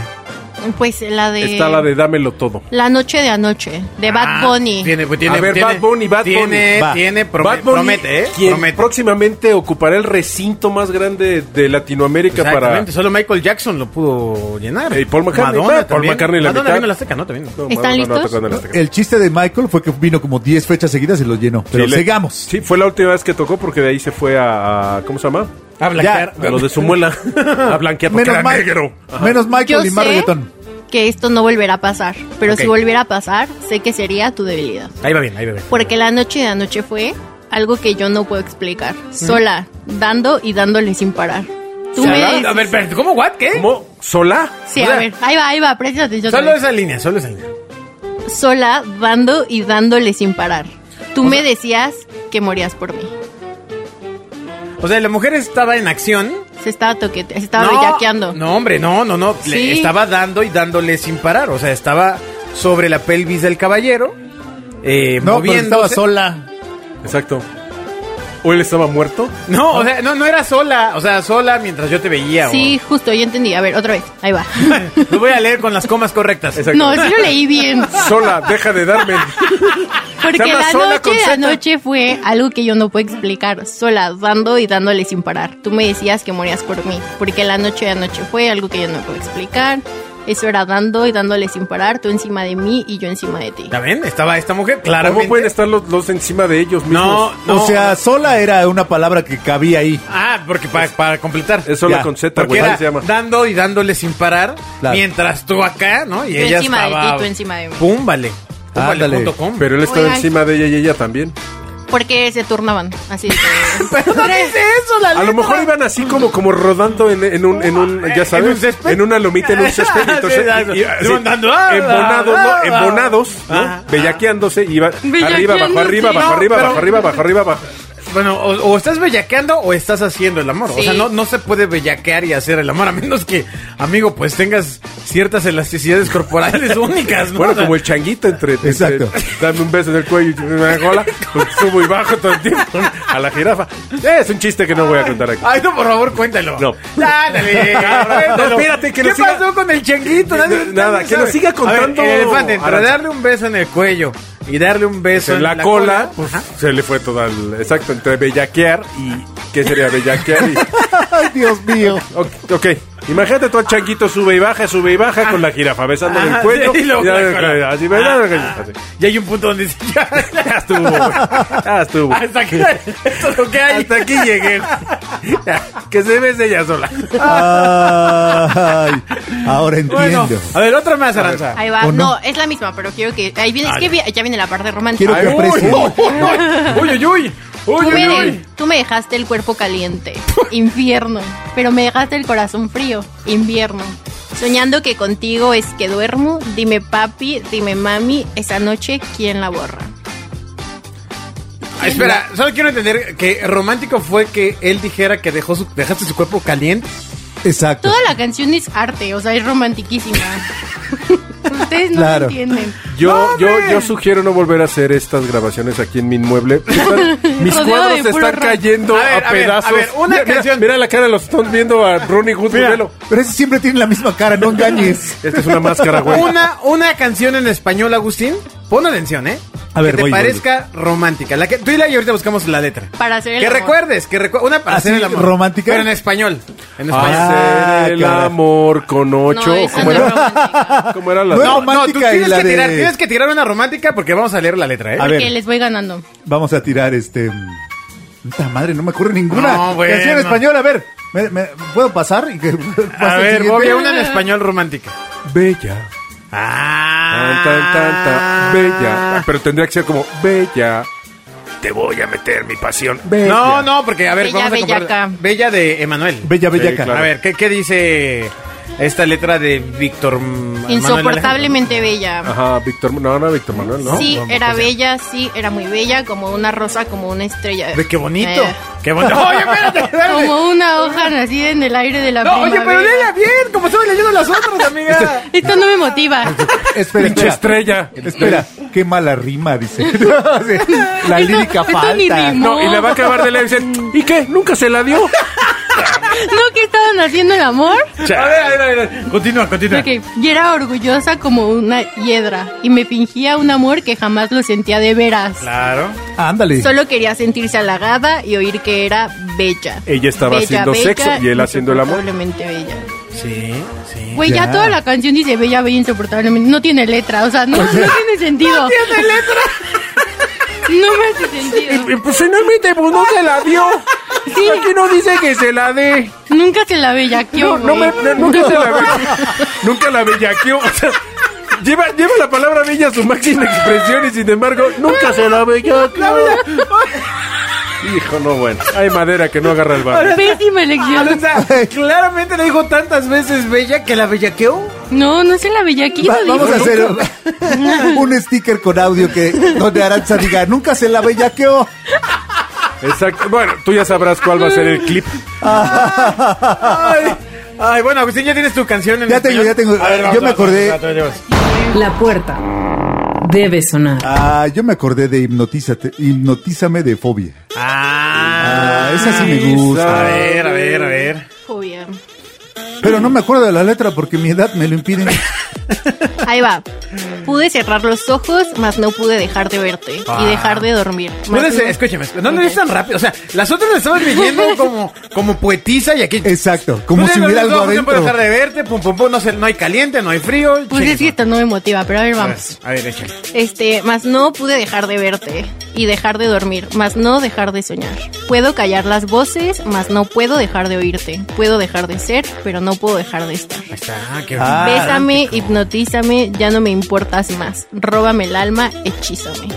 [SPEAKER 2] Pues la de.
[SPEAKER 3] Está la de Dámelo Todo.
[SPEAKER 2] La noche de anoche, de
[SPEAKER 1] Ah,
[SPEAKER 2] Bad Bunny.
[SPEAKER 1] Tiene, pues, tiene,
[SPEAKER 3] a ver,
[SPEAKER 1] tiene-
[SPEAKER 3] Bad Bunny, Bad Bunny.
[SPEAKER 1] Tiene,
[SPEAKER 3] va.
[SPEAKER 1] tiene, prome-
[SPEAKER 3] Bad Bunny,
[SPEAKER 1] promete, ¿eh?
[SPEAKER 3] quien
[SPEAKER 1] Promete.
[SPEAKER 3] próximamente ocupará el recinto más grande de Latinoamérica para...
[SPEAKER 1] Exactamente, solo Michael Jackson lo pudo llenar.
[SPEAKER 3] Y Paul McCartney,
[SPEAKER 1] Madonna
[SPEAKER 3] va, Paul
[SPEAKER 1] también.
[SPEAKER 3] McCartney la
[SPEAKER 1] Madonna
[SPEAKER 3] mitad.
[SPEAKER 1] vino a la Azteca, ¿no? También.
[SPEAKER 2] ¿Están
[SPEAKER 3] No, no, no, no,
[SPEAKER 2] listos?
[SPEAKER 3] tocando en Azteca.
[SPEAKER 5] El chiste de Michael fue que vino como 10 fechas seguidas y lo llenó. Pero
[SPEAKER 3] Sí, le-
[SPEAKER 5] sigamos.
[SPEAKER 3] Sí, fue la última vez que tocó porque de ahí se fue a... a- ¿Cómo se llama?
[SPEAKER 1] Habla
[SPEAKER 3] A los de su muela. a blanquear porque
[SPEAKER 5] Menos,
[SPEAKER 3] era
[SPEAKER 5] Mike-
[SPEAKER 3] negro. Ajá.
[SPEAKER 5] menos Michael
[SPEAKER 2] Yo
[SPEAKER 5] y más
[SPEAKER 2] sé
[SPEAKER 5] reggaetón.
[SPEAKER 2] que esto no volverá a pasar, pero
[SPEAKER 1] Ok.
[SPEAKER 2] si volviera a pasar, sé que sería tu debilidad.
[SPEAKER 1] Ahí va bien, ahí va bien.
[SPEAKER 2] Porque la noche de anoche fue algo que yo no puedo explicar. Sola, dando y dándole sin parar. Tú me
[SPEAKER 1] ¿Sola?
[SPEAKER 2] dices-
[SPEAKER 1] A ver, pero, ¿cómo? ¿What? ¿Qué?
[SPEAKER 3] ¿Cómo? ¿Sola?
[SPEAKER 2] Sí,
[SPEAKER 1] O sea,
[SPEAKER 2] a ver, ahí va, ahí va, presta atención.
[SPEAKER 1] Solo
[SPEAKER 2] otra
[SPEAKER 1] esa línea, solo esa línea.
[SPEAKER 2] vez. Sola, dando y dándole sin parar. Tú me decías que morías por mí.
[SPEAKER 1] O sea, la mujer estaba en acción.
[SPEAKER 2] Se estaba toquete, se estaba bellaqueando.
[SPEAKER 1] No, hombre, no, no, no. Le
[SPEAKER 2] Sí.
[SPEAKER 1] estaba dando y dándole sin parar. O sea, estaba sobre la pelvis del caballero. Eh,
[SPEAKER 5] No, pero
[SPEAKER 1] moviéndose.
[SPEAKER 5] estaba sola.
[SPEAKER 3] Exacto. ¿O él estaba muerto?
[SPEAKER 1] No, o sea, no, no era sola. O sea, sola mientras yo te veía. o-
[SPEAKER 2] Sí, justo, yo entendí. A ver, otra vez, ahí va.
[SPEAKER 1] Lo voy a leer con las comas correctas.
[SPEAKER 3] Exacto.
[SPEAKER 2] No, sí lo leí bien.
[SPEAKER 3] Sola, deja de darme. Se
[SPEAKER 2] Porque
[SPEAKER 3] llama
[SPEAKER 2] la
[SPEAKER 3] Sola
[SPEAKER 2] noche
[SPEAKER 3] con
[SPEAKER 2] de
[SPEAKER 3] Z.
[SPEAKER 2] anoche fue algo que yo no puedo explicar, sola, dando y dándole sin parar. Tú me decías que morías por mí, porque la noche de anoche fue algo que yo no puedo explicar. Eso era dando y dándole sin parar, tú encima de mí y yo encima de ti.
[SPEAKER 1] ¿Ya ven? Estaba esta mujer, claramente.
[SPEAKER 3] ¿Cómo pueden estar los dos encima de ellos
[SPEAKER 1] No,
[SPEAKER 3] mismos?
[SPEAKER 1] no.
[SPEAKER 5] o sea, sola era una palabra que cabía ahí.
[SPEAKER 1] Ah, porque para, para completar.
[SPEAKER 3] Es sola
[SPEAKER 5] Ya,
[SPEAKER 3] con Z,
[SPEAKER 1] Porque
[SPEAKER 3] güey.
[SPEAKER 1] era
[SPEAKER 3] así se llama.
[SPEAKER 1] dando y dándole sin parar.
[SPEAKER 5] Claro.
[SPEAKER 1] Mientras tú acá, ¿no? Y
[SPEAKER 2] Yo
[SPEAKER 1] ella
[SPEAKER 2] encima de
[SPEAKER 1] estaba...
[SPEAKER 2] ti, tú encima de mí.
[SPEAKER 1] Púmbale.
[SPEAKER 5] Ándale.
[SPEAKER 1] Púmbale.com.
[SPEAKER 3] Pero él estaba
[SPEAKER 2] Oigan.
[SPEAKER 3] encima de ella y ella también.
[SPEAKER 2] Porque se turnaban, así de que-
[SPEAKER 1] Pero no dice eso, la
[SPEAKER 3] A lo mejor iban así como, como rodando en, en un, en un, ya sabes,
[SPEAKER 1] ¿En un césped?
[SPEAKER 3] en una lomita, en un césped.
[SPEAKER 1] Sí,
[SPEAKER 3] Entonces,
[SPEAKER 1] exacto.
[SPEAKER 3] y- y- así,
[SPEAKER 1] Iban dando, ah,
[SPEAKER 3] embonados,
[SPEAKER 1] ah,
[SPEAKER 3] ¿no? Embonados, ¿no?
[SPEAKER 1] ah, ah.
[SPEAKER 3] Bellaqueándose, iba arriba,
[SPEAKER 2] Bellaqueándose.
[SPEAKER 3] bajo, arriba, bajo,
[SPEAKER 1] No,
[SPEAKER 3] arriba,
[SPEAKER 1] pero-
[SPEAKER 3] bajo, arriba, bajo, arriba, bajo.
[SPEAKER 1] Bueno, o, o estás bellaqueando o estás haciendo el amor. O
[SPEAKER 2] Sí.
[SPEAKER 1] sea, no, no se puede bellaquear y hacer el amor, a menos que, amigo, pues tengas ciertas elasticidades corporales únicas, ¿no? O
[SPEAKER 3] Bueno,
[SPEAKER 1] sea,
[SPEAKER 3] como el changuito entre, entre-
[SPEAKER 5] Exacto.
[SPEAKER 3] dame un beso en el cuello y una gola, pues, subo y bajo todo el tiempo a la jirafa. Es un chiste que no voy a contar aquí.
[SPEAKER 1] Ay, no, por favor, cuéntalo.
[SPEAKER 3] No.
[SPEAKER 1] Ya, Dale, cuéntalo.
[SPEAKER 3] No, espérate, que
[SPEAKER 1] ¿Qué
[SPEAKER 3] nos siga-
[SPEAKER 1] pasó con el changuito? Nadie-
[SPEAKER 3] Nada,
[SPEAKER 1] nadie
[SPEAKER 3] que nos
[SPEAKER 1] sabe.
[SPEAKER 3] siga
[SPEAKER 1] A ver,
[SPEAKER 3] contando,
[SPEAKER 1] el elefante, entre
[SPEAKER 3] Aranza.
[SPEAKER 1] darle un beso en el cuello y darle un beso en,
[SPEAKER 3] en la, cola, pues,
[SPEAKER 1] Ajá.
[SPEAKER 3] se le fue toda el... Exacto, entre bellaquear y... ¿Qué sería bellaquear? Y,
[SPEAKER 5] Ay, Dios mío.
[SPEAKER 3] ok, ok. imagínate todo el changuito sube y baja, sube y baja con la jirafa, besándole
[SPEAKER 1] Ajá,
[SPEAKER 3] el cuello.
[SPEAKER 1] Ah, sí, y luego
[SPEAKER 3] ya,
[SPEAKER 1] la cola.
[SPEAKER 3] así, ¿verdad? Así.
[SPEAKER 1] Y hay un punto donde dice, ya,
[SPEAKER 3] Ya estuvo, güey. ya estuvo.
[SPEAKER 1] hasta aquí, esto es lo que hay.
[SPEAKER 3] Hasta aquí llegué. que se bese ella sola.
[SPEAKER 5] Ay, ahora
[SPEAKER 1] Bueno,
[SPEAKER 5] entiendo.
[SPEAKER 1] a ver, otra más, Aranza.
[SPEAKER 2] Ahí va. No?
[SPEAKER 5] ¿O no?
[SPEAKER 2] es la misma, pero quiero que ahí viene, es que vi- ya viene la parte romántica.
[SPEAKER 5] Quiero que
[SPEAKER 3] Ay, uy,
[SPEAKER 5] aprecien.
[SPEAKER 1] Uy, uy, uy. Uy,
[SPEAKER 2] Tú
[SPEAKER 1] uy,
[SPEAKER 2] me,
[SPEAKER 1] uy.
[SPEAKER 2] tú me dejaste el cuerpo caliente, infierno. Pero me dejaste el corazón frío, invierno. Soñando que contigo es que duermo, dime papi, dime mami, esa noche, ¿quién la borra?
[SPEAKER 1] Ah, espera, solo quiero entender que romántico fue que él dijera que dejó su, dejaste su cuerpo caliente.
[SPEAKER 5] Exacto.
[SPEAKER 2] Toda la canción es arte, o sea, es romantiquísima. Ustedes no
[SPEAKER 5] Claro.
[SPEAKER 2] lo entienden.
[SPEAKER 3] Yo, yo, yo sugiero no volver a hacer estas grabaciones aquí en mi inmueble. Están- mis
[SPEAKER 2] Rodeado
[SPEAKER 3] cuadros
[SPEAKER 2] de
[SPEAKER 3] se
[SPEAKER 2] puro
[SPEAKER 3] están
[SPEAKER 2] ra-
[SPEAKER 3] cayendo
[SPEAKER 1] A ver,
[SPEAKER 3] a,
[SPEAKER 1] a ver,
[SPEAKER 3] pedazos.
[SPEAKER 1] a ver, una
[SPEAKER 3] mira, mira,
[SPEAKER 1] canción.
[SPEAKER 3] Mira, la cara de los están viendo a Ronnie Wood.
[SPEAKER 1] Mira.
[SPEAKER 3] velo.
[SPEAKER 5] Pero ese siempre tiene la misma cara, no engañes.
[SPEAKER 3] Esta es una máscara, güey.
[SPEAKER 1] Una, una canción en español, Agustín. Pon atención, ¿eh?
[SPEAKER 5] A ver,
[SPEAKER 1] que te
[SPEAKER 5] voy, voy,
[SPEAKER 1] parezca romántica. La que, tú y la y ahorita buscamos la letra.
[SPEAKER 2] Para hacer el
[SPEAKER 1] Que
[SPEAKER 2] amor.
[SPEAKER 1] recuerdes, que recuerdes. Una para
[SPEAKER 5] ¿Así,
[SPEAKER 1] hacer el amor.
[SPEAKER 5] Ah, romántica?
[SPEAKER 1] Pero en español. En español.
[SPEAKER 5] Ah,
[SPEAKER 3] Hacer el
[SPEAKER 5] caray.
[SPEAKER 3] amor con ocho.
[SPEAKER 2] No, esa
[SPEAKER 3] ¿Cómo
[SPEAKER 2] no es
[SPEAKER 3] era?
[SPEAKER 2] romántica.
[SPEAKER 3] ¿Cómo era la.?
[SPEAKER 5] No,
[SPEAKER 1] no, no, tú
[SPEAKER 5] romántica y
[SPEAKER 1] tienes
[SPEAKER 5] la
[SPEAKER 1] que,
[SPEAKER 5] de-
[SPEAKER 1] tirar, tienes que tirar una romántica porque vamos a leer la letra, ¿eh?
[SPEAKER 5] A ver.
[SPEAKER 2] Porque les voy ganando.
[SPEAKER 5] Vamos a tirar este. mm, Puta madre, no me ocurre ninguna.
[SPEAKER 1] No, bueno.
[SPEAKER 5] Canción en español, a ver. ¿me- me- ¿Puedo pasar? ¿Y que pase
[SPEAKER 1] A
[SPEAKER 5] el
[SPEAKER 1] ver,
[SPEAKER 5] siguiente?
[SPEAKER 1] Bobby, una en español romántica.
[SPEAKER 3] Bella.
[SPEAKER 1] Ah,
[SPEAKER 3] Tan, tan, tan, tan, Bella. Pero tendría que ser como Bella. Te voy a meter mi pasión. Bella.
[SPEAKER 1] No, no, porque a ver,
[SPEAKER 2] Bella,
[SPEAKER 1] vamos a comparar-
[SPEAKER 2] bellaca.
[SPEAKER 1] Bella de Emanuel.
[SPEAKER 5] Bella
[SPEAKER 3] Sí,
[SPEAKER 5] Bellaca.
[SPEAKER 3] claro.
[SPEAKER 1] A ver, ¿qué, qué dice esta letra de Víctor M- Manuel Alejandro?
[SPEAKER 2] Insoportablemente bella.
[SPEAKER 3] Ajá, Víctor. No, no, Víctor Manuel, Ah, ¿no?
[SPEAKER 2] sí,
[SPEAKER 3] No, no,
[SPEAKER 2] era
[SPEAKER 3] pues,
[SPEAKER 2] bella, sí, era muy bella, como una rosa, como una estrella.
[SPEAKER 1] Ve qué bonito.
[SPEAKER 2] Eh,
[SPEAKER 1] Qué bonito. Oye, espérate, espérate.
[SPEAKER 2] Como una hoja nacida en el aire de la
[SPEAKER 1] No, oye, pero
[SPEAKER 2] primavera.
[SPEAKER 1] léela bien, como estaba leyendo las
[SPEAKER 3] Este,
[SPEAKER 1] otras, amiga.
[SPEAKER 2] Esto no me motiva.
[SPEAKER 5] Espera,
[SPEAKER 3] Pinche
[SPEAKER 5] espera.
[SPEAKER 3] estrella.
[SPEAKER 5] Espera, qué mala rima, dice. la lírica
[SPEAKER 2] esto ni
[SPEAKER 5] falta.
[SPEAKER 2] rimó.
[SPEAKER 3] No, y la va a acabar de leer y dicen, ¿y qué? ¿Nunca se la dio?
[SPEAKER 2] ¿No que estaban haciendo el amor?
[SPEAKER 1] A ver, a ver, a ver. Continúa, continúa.
[SPEAKER 2] Ok, y era orgullosa como una hiedra y me fingía un amor que jamás lo sentía de veras.
[SPEAKER 1] Claro.
[SPEAKER 5] Ándale.
[SPEAKER 2] Solo quería sentirse halagada y oír que era bella.
[SPEAKER 3] Ella estaba haciendo sexo y él haciendo el amor.
[SPEAKER 2] Insoportablemente bella.
[SPEAKER 1] Sí, sí.
[SPEAKER 2] Güey, ya.
[SPEAKER 5] Ya.
[SPEAKER 2] toda la canción dice bella, bella, insoportablemente. No tiene letra, o sea, no, no tiene sentido. No tiene letra. No me hace sentido.
[SPEAKER 3] Y, Pues finalmente pues, no se la dio. Aquí no dice que se la dé.
[SPEAKER 2] Nunca se la bellaqueó,
[SPEAKER 3] No, no me,
[SPEAKER 2] güey.
[SPEAKER 3] no, nunca se la bellaqueó. Nunca la bellaqueó. O sea, lleva, lleva la palabra bella a su máxima expresión y sin embargo nunca se la bellaqueó. Hijo, no, bueno. Hay madera que no agarra el barro.
[SPEAKER 2] Pésima elección.
[SPEAKER 1] O sea, claramente le dijo tantas veces bella que la bellaqueó.
[SPEAKER 2] No, no se la bellaqueó.
[SPEAKER 5] Va- vamos a
[SPEAKER 2] dijo.
[SPEAKER 5] hacer un sticker con audio que donde Aranza diga, nunca se la bellaqueó.
[SPEAKER 3] Exacto. Bueno, tú ya sabrás cuál va a ser el clip.
[SPEAKER 1] Ay, ay, bueno, Agustín, ya tienes tu canción. En
[SPEAKER 5] Ya tengo,
[SPEAKER 1] español?
[SPEAKER 5] ya tengo.
[SPEAKER 1] A ver, vamos,
[SPEAKER 5] Yo me
[SPEAKER 1] vamos,
[SPEAKER 5] acordé-
[SPEAKER 1] vamos, vamos, vamos.
[SPEAKER 4] La puerta debe sonar.
[SPEAKER 5] Ah, yo me acordé de hipnotízate, hipnotízame de fobia.
[SPEAKER 1] Ah,
[SPEAKER 5] Ah, esa sí me gusta.
[SPEAKER 1] A ver, a ver, a ver.
[SPEAKER 2] Fobia.
[SPEAKER 5] Pero no me acuerdo de la letra porque mi edad me lo impide.
[SPEAKER 2] Ahí va. Pude cerrar los ojos, mas no pude dejar de verte y dejar de dormir.
[SPEAKER 1] No
[SPEAKER 2] Mas
[SPEAKER 1] les,
[SPEAKER 2] no-
[SPEAKER 1] escúchame, no le
[SPEAKER 2] Ok.
[SPEAKER 1] es tan rápido. O sea, las otras las estabas leyendo como, como poetisa y aquí. Pues
[SPEAKER 5] Exacto, como si hubiera algo
[SPEAKER 1] No puedo dejar
[SPEAKER 5] adentro.
[SPEAKER 1] de verte, pum, pum, pum. No, sé, no hay caliente, no hay frío.
[SPEAKER 2] Pues
[SPEAKER 1] chingue
[SPEAKER 2] es que esto no me motiva, pero a ver,
[SPEAKER 1] su madre.
[SPEAKER 2] vamos.
[SPEAKER 1] A ver, échale.
[SPEAKER 2] Este, mas no pude dejar de verte y dejar de dormir, mas no dejar de soñar. Puedo callar las voces, mas no puedo dejar de oírte. Puedo dejar de ser, pero no puedo dejar de estar.
[SPEAKER 1] Ahí está, qué
[SPEAKER 5] Ah,
[SPEAKER 2] Bésame, hipnotízame, ya no me importas más. Róbame el alma, hechízame.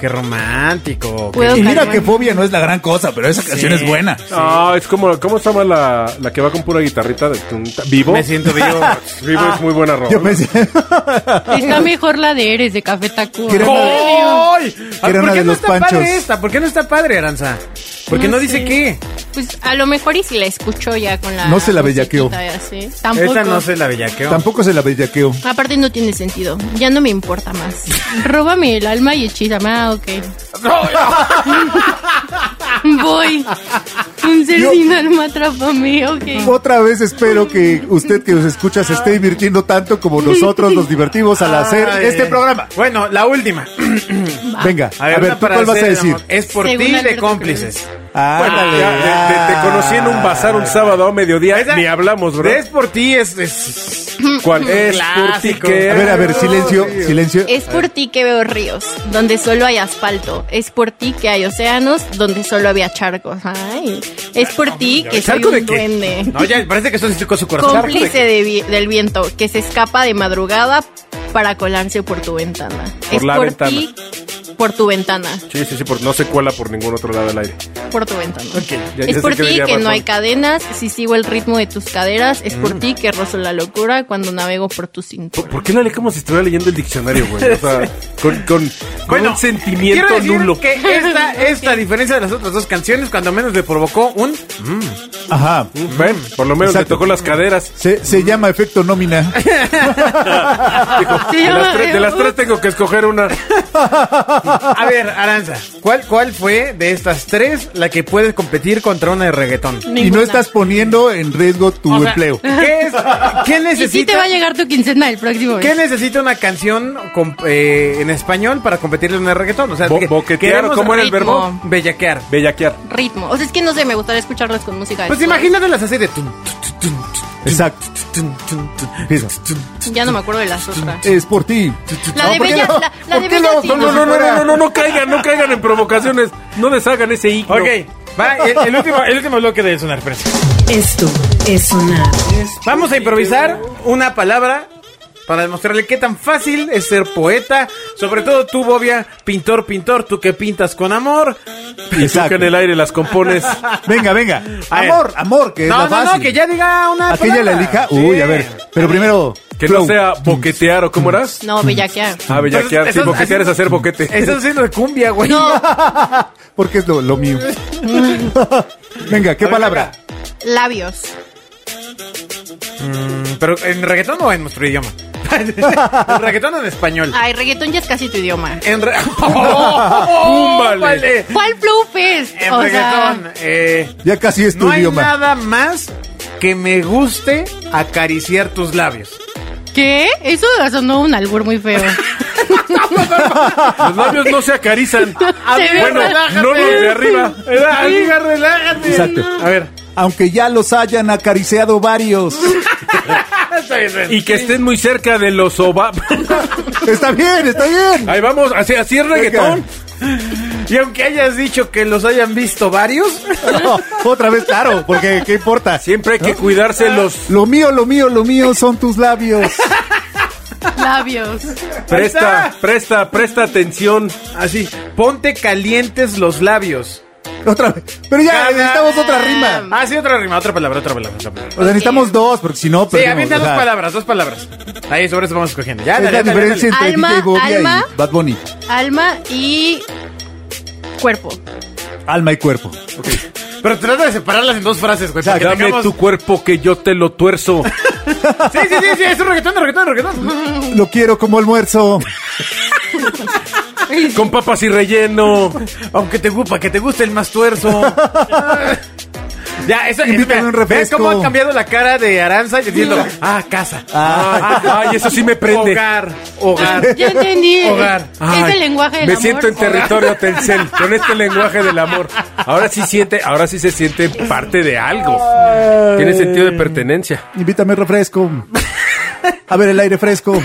[SPEAKER 1] Qué romántico.
[SPEAKER 2] Puedo
[SPEAKER 5] Y mira
[SPEAKER 2] callar-
[SPEAKER 5] que fobia no es la gran cosa, pero esa canción es buena.
[SPEAKER 3] No, es como, ¿cómo se llama la, la que va con pura guitarrita? de tun- ta- ¿Vivo?
[SPEAKER 1] Me siento vivo.
[SPEAKER 3] Vivo es muy buena rola.
[SPEAKER 5] Yo pensé
[SPEAKER 2] Está mejor la de Eres de Café Tacuba.
[SPEAKER 5] Quiero-
[SPEAKER 1] ¡Ay! Ah,
[SPEAKER 5] Que era
[SPEAKER 1] ¿Por
[SPEAKER 5] una
[SPEAKER 1] qué
[SPEAKER 5] de
[SPEAKER 1] no
[SPEAKER 5] los
[SPEAKER 1] está
[SPEAKER 5] panchos.
[SPEAKER 1] padre esta? ¿Por qué no está padre, Aranza? ¿Por qué no, dice
[SPEAKER 2] sé.
[SPEAKER 1] qué?
[SPEAKER 2] Pues a lo mejor y si la escucho ya con la.
[SPEAKER 5] No se la
[SPEAKER 2] musiquita
[SPEAKER 5] bellaqueó.
[SPEAKER 2] y así. Tampoco.
[SPEAKER 1] Esta no se la bellaqueó.
[SPEAKER 5] Tampoco se la bellaqueo.
[SPEAKER 2] Aparte no tiene sentido. Ya no me importa más. Róbame el alma y hechízame. Ah, ok. Voy. Un ser
[SPEAKER 5] Yo-
[SPEAKER 2] sin alma, atrápame. Ok.
[SPEAKER 5] Otra vez espero que usted que nos escucha se esté divirtiendo tanto como nosotros nos divertimos al hacer
[SPEAKER 1] Ay.
[SPEAKER 5] este programa.
[SPEAKER 1] Bueno, la última.
[SPEAKER 5] Venga, a ver,
[SPEAKER 1] una
[SPEAKER 5] ¿tú
[SPEAKER 1] para
[SPEAKER 5] cuál vas a
[SPEAKER 1] hacer el
[SPEAKER 5] decir?
[SPEAKER 1] amor. Es por
[SPEAKER 2] Según
[SPEAKER 1] ti de
[SPEAKER 2] Alberto
[SPEAKER 1] cómplices.
[SPEAKER 5] Ándale.
[SPEAKER 3] Ya, te, te- te conocí en un bazar un sábado a mediodía.
[SPEAKER 1] Esa-
[SPEAKER 3] Ni hablamos, bro.
[SPEAKER 1] De es por ti es, es-
[SPEAKER 3] ¿Cuál? Es por ti
[SPEAKER 1] Clásico.
[SPEAKER 3] que-
[SPEAKER 5] A ver, a ver, silencio, silencio.
[SPEAKER 2] Es por ti que veo ríos, donde solo hay asfalto. Es por ti que hay océanos, donde solo había charcos. Ay. Es por ti que soy
[SPEAKER 1] ¿Charco
[SPEAKER 2] un
[SPEAKER 1] de qué?
[SPEAKER 2] duende.
[SPEAKER 1] No, ya parece que eso es con su corazón.
[SPEAKER 2] cómplice de vi- del viento que se escapa de madrugada para colarse por tu ventana.
[SPEAKER 3] Por la ventana.
[SPEAKER 2] ti, por tu ventana,
[SPEAKER 3] Sí, sí, sí, por- no se cuela por ningún otro lado del aire.
[SPEAKER 2] por tu ventana.
[SPEAKER 3] ya- ya
[SPEAKER 2] es
[SPEAKER 3] sé
[SPEAKER 2] por
[SPEAKER 3] que
[SPEAKER 2] ti
[SPEAKER 3] venía
[SPEAKER 2] que no
[SPEAKER 3] razón.
[SPEAKER 2] hay cadenas, si sigo el ritmo de tus caderas, es por ti que rozo la locura cuando navego por tu cinto.
[SPEAKER 3] ¿Por, por qué la leí como si estuviera leyendo el diccionario, güey? O sea, con, con, con un sentimiento
[SPEAKER 1] quiero decir
[SPEAKER 3] nulo.
[SPEAKER 1] que esta, esta diferencia de las otras dos canciones, cuando menos le provocó un...
[SPEAKER 5] Ajá.
[SPEAKER 3] Ven, por lo menos te
[SPEAKER 5] Exacto.
[SPEAKER 3] tocó las caderas.
[SPEAKER 5] Se, se llama efecto nómina.
[SPEAKER 3] Dijo,
[SPEAKER 2] Sí,
[SPEAKER 3] de, las
[SPEAKER 2] ya
[SPEAKER 3] tres,
[SPEAKER 2] me-
[SPEAKER 3] de las tres tengo que escoger una.
[SPEAKER 1] A ver, Aranza, ¿cuál, ¿cuál fue de estas tres la que puedes competir contra una de reggaetón?
[SPEAKER 5] Y no estás poniendo en riesgo tu
[SPEAKER 1] O sea,
[SPEAKER 5] empleo.
[SPEAKER 1] ¿Qué, es, qué
[SPEAKER 2] Y
[SPEAKER 1] necesita?
[SPEAKER 2] sí te pues. va a llegar tu quincena el próximo
[SPEAKER 1] ¿Qué
[SPEAKER 2] mes.
[SPEAKER 1] necesita una canción con- eh, en español para competirle en el reggaetón? O sea,
[SPEAKER 3] Bo-
[SPEAKER 1] que-
[SPEAKER 3] boquetear,
[SPEAKER 1] queremos
[SPEAKER 3] ¿cómo era el
[SPEAKER 2] ritmo.
[SPEAKER 3] verbo?
[SPEAKER 1] Bellaquear.
[SPEAKER 3] Bellaquear. Ah,
[SPEAKER 2] Ritmo. O sea, es que no sé, me gustaría escucharlos con música.
[SPEAKER 1] Pues
[SPEAKER 2] de-
[SPEAKER 1] imagínatelas así de... tum,
[SPEAKER 5] Exacto.
[SPEAKER 1] tum, tum, tum.
[SPEAKER 5] Empieza.
[SPEAKER 2] Ya no me acuerdo de las otras.
[SPEAKER 3] Eh,
[SPEAKER 5] Es por ti.
[SPEAKER 2] La
[SPEAKER 5] No,
[SPEAKER 2] de
[SPEAKER 5] ¿por qué
[SPEAKER 2] Bella,
[SPEAKER 5] no?
[SPEAKER 2] la, la de
[SPEAKER 5] ¿Por qué
[SPEAKER 2] Bella
[SPEAKER 5] no?
[SPEAKER 2] sí,
[SPEAKER 3] No, no,
[SPEAKER 2] no.
[SPEAKER 3] no, no, no, no, no, no caigan, no caigan en provocaciones. No deshagan ese himno.
[SPEAKER 1] Ok, va, el, el último, el último bloque de Sonar Prensa.
[SPEAKER 4] Esto es sonar.
[SPEAKER 1] Vamos a improvisar una palabra para demostrarle qué tan fácil es ser poeta. Sobre todo tú, Bobia, pintor, pintor, tú que pintas con amor.
[SPEAKER 3] Y tú que en el aire las compones.
[SPEAKER 5] Venga, venga.
[SPEAKER 1] A ver.
[SPEAKER 5] Amor, amor, que es
[SPEAKER 1] no,
[SPEAKER 5] la
[SPEAKER 1] no,
[SPEAKER 5] fácil.
[SPEAKER 1] no, que ya diga una
[SPEAKER 5] Aquella la
[SPEAKER 1] palabra.
[SPEAKER 5] elija.
[SPEAKER 1] Sí. Mm.
[SPEAKER 5] Uy, a ver. Pero primero.
[SPEAKER 3] Que
[SPEAKER 5] flow.
[SPEAKER 3] no sea boquetear o cómo eras.
[SPEAKER 2] No, bellaquear.
[SPEAKER 3] Ah, bellaquear. Sí,
[SPEAKER 1] Entonces,
[SPEAKER 3] boquetear es
[SPEAKER 1] estás
[SPEAKER 3] hacer boquete.
[SPEAKER 1] Estás haciendo de cumbia, güey.
[SPEAKER 2] No,
[SPEAKER 5] Porque es lo, lo mío. venga, ¿qué
[SPEAKER 1] A ver,
[SPEAKER 5] palabra?
[SPEAKER 2] labios.
[SPEAKER 1] Mm, Pero en reggaetón o en nuestro idioma. El reggaetón en español.
[SPEAKER 2] Ay, reggaetón ya es casi tu idioma.
[SPEAKER 3] Eh,
[SPEAKER 1] En re- ¡Oh!
[SPEAKER 3] Púmbale.
[SPEAKER 1] ¡Vale!
[SPEAKER 2] ¿Cuál Flow Fest?
[SPEAKER 1] En
[SPEAKER 2] O sea,
[SPEAKER 1] reggaetón. eh,
[SPEAKER 5] Ya casi es tu
[SPEAKER 1] no hay
[SPEAKER 5] idioma.
[SPEAKER 1] nada más que me guste acariciar tus labios.
[SPEAKER 2] ¿qué? Eso sonó un albur muy feo.
[SPEAKER 3] Los labios no se acarizan.
[SPEAKER 2] Se ve
[SPEAKER 3] bueno,
[SPEAKER 2] relájate.
[SPEAKER 3] no los de arriba.
[SPEAKER 1] Eh, Amiga, relájate.
[SPEAKER 5] Exacto.
[SPEAKER 1] A ver.
[SPEAKER 5] Aunque ya los hayan acariciado varios.
[SPEAKER 1] Está bien, está bien.
[SPEAKER 3] Y que estén muy cerca de los ova.
[SPEAKER 5] está bien, está bien.
[SPEAKER 3] Ahí vamos, así, así es reggaetón.
[SPEAKER 1] Y aunque hayas dicho que los hayan visto varios,
[SPEAKER 5] No, otra vez, claro, porque ¿qué importa?
[SPEAKER 3] Siempre hay que cuidarse los
[SPEAKER 5] Lo mío, lo mío, lo mío son tus labios.
[SPEAKER 2] Labios.
[SPEAKER 3] presta,
[SPEAKER 1] está.
[SPEAKER 3] presta, presta atención.
[SPEAKER 1] así, ponte calientes los labios.
[SPEAKER 5] Otra vez. Pero ya,
[SPEAKER 1] Cada-
[SPEAKER 5] necesitamos otra rima.
[SPEAKER 1] Ah, sí, otra rima, otra palabra, otra palabra, otra palabra.
[SPEAKER 5] O sea, necesitamos dos, porque si no,
[SPEAKER 1] Sí,
[SPEAKER 5] perdemos,
[SPEAKER 1] avienta
[SPEAKER 5] o
[SPEAKER 1] dos
[SPEAKER 5] sea,
[SPEAKER 1] palabras, dos palabras. Ahí, sobre eso vamos escogiendo. Ya,
[SPEAKER 5] Es
[SPEAKER 1] dale,
[SPEAKER 5] la
[SPEAKER 1] dale,
[SPEAKER 5] diferencia
[SPEAKER 1] dale.
[SPEAKER 5] entre
[SPEAKER 2] Alma,
[SPEAKER 5] Dita y Bobia
[SPEAKER 2] alma.
[SPEAKER 5] y Bad Bunny.
[SPEAKER 2] Alma y cuerpo.
[SPEAKER 5] Alma y cuerpo.
[SPEAKER 1] Pero trata de separarlas en dos frases, güey. para que
[SPEAKER 3] Dame
[SPEAKER 1] tengamos-
[SPEAKER 3] tu cuerpo que yo te lo tuerzo.
[SPEAKER 1] Sí, sí, sí, sí, es un reggaetón, reggaetón, reggaetón.
[SPEAKER 5] Lo quiero como almuerzo.
[SPEAKER 3] Con papas y relleno.
[SPEAKER 1] Aunque te gusta, que te guste el más tuerzo. ya, eso
[SPEAKER 5] Invítame un
[SPEAKER 1] ¿Ves
[SPEAKER 5] refresco.
[SPEAKER 1] cómo ha cambiado la cara de Aranza diciendo, ah, casa.
[SPEAKER 3] Ah. Ay, eso sí me prende.
[SPEAKER 1] Hogar, hogar.
[SPEAKER 2] Ya entendí.
[SPEAKER 1] Hogar.
[SPEAKER 2] es
[SPEAKER 3] Ay,
[SPEAKER 2] el lenguaje del
[SPEAKER 3] Me
[SPEAKER 2] amor.
[SPEAKER 3] siento en territorio Telcel, con este lenguaje del amor. Ahora sí siente, ahora sí se siente parte de algo. Tiene sentido de pertenencia.
[SPEAKER 5] Invítame refresco. A ver el aire fresco.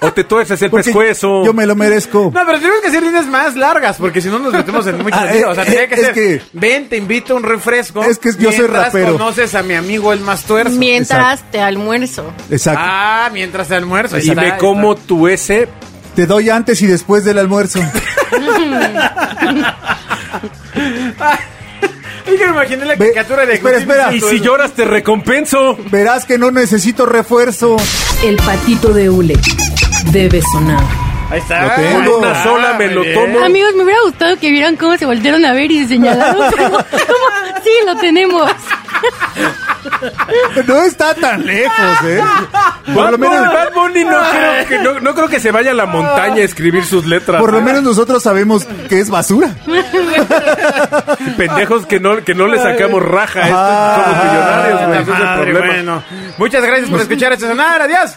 [SPEAKER 3] O te tuerces el
[SPEAKER 5] Porque
[SPEAKER 3] pescuezo.
[SPEAKER 5] Yo me lo merezco.
[SPEAKER 1] No, pero tenemos que hacer líneas más largas, porque si no nos metemos en muchos
[SPEAKER 5] Ah,
[SPEAKER 1] líos.
[SPEAKER 5] eh,
[SPEAKER 1] O sea, tenía que
[SPEAKER 5] eh, es
[SPEAKER 1] ser,
[SPEAKER 5] que-
[SPEAKER 1] ven, te invito a un refresco.
[SPEAKER 5] Es que yo soy
[SPEAKER 1] mientras
[SPEAKER 5] rapero.
[SPEAKER 1] conoces a mi amigo el más tuerzo.
[SPEAKER 2] Mientras te almuerzo.
[SPEAKER 5] Exacto.
[SPEAKER 1] Ah, mientras te almuerzo.
[SPEAKER 3] Y me como tu ese.
[SPEAKER 5] Te doy antes y después del almuerzo.
[SPEAKER 1] Y que me imaginé la
[SPEAKER 5] Ve-
[SPEAKER 1] caricatura de...
[SPEAKER 5] espera, espera.
[SPEAKER 3] Y si lloras te recompenso.
[SPEAKER 5] Verás que no necesito refuerzo.
[SPEAKER 4] El patito de hule debe sonar.
[SPEAKER 1] Ahí está.
[SPEAKER 5] Lo tengo.
[SPEAKER 1] ahí
[SPEAKER 5] Con
[SPEAKER 3] una
[SPEAKER 1] está,
[SPEAKER 3] sola me
[SPEAKER 1] muy
[SPEAKER 3] lo
[SPEAKER 1] bien.
[SPEAKER 3] tomo.
[SPEAKER 2] Amigos, me hubiera gustado que vieran cómo se voltearon a ver y se señalaron. como- como, Sí, lo tenemos.
[SPEAKER 5] No está tan lejos, ¿eh? Por
[SPEAKER 3] Bad
[SPEAKER 5] lo
[SPEAKER 3] Bunny-
[SPEAKER 5] menos,
[SPEAKER 3] Bad Bunny no creo, que, no, no creo que se vaya a la montaña a escribir sus letras.
[SPEAKER 5] por lo menos nosotros sabemos que es basura.
[SPEAKER 3] Pendejos que no, que no le sacamos raja. a Estos somos
[SPEAKER 5] Ah,
[SPEAKER 3] millonarios, güey. ese es el
[SPEAKER 1] Madre,
[SPEAKER 3] problema.
[SPEAKER 1] bueno. Muchas gracias por escuchar este sonar. Adiós.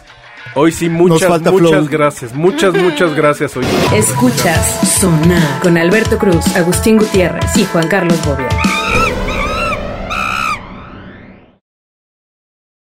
[SPEAKER 3] Hoy sí, muchas,
[SPEAKER 5] falta
[SPEAKER 3] muchas
[SPEAKER 5] flow.
[SPEAKER 3] gracias. Muchas, muchas gracias hoy.
[SPEAKER 4] Escuchas Sonar con Alberto Cruz, Agustín Gutiérrez y Juan Carlos Bobia.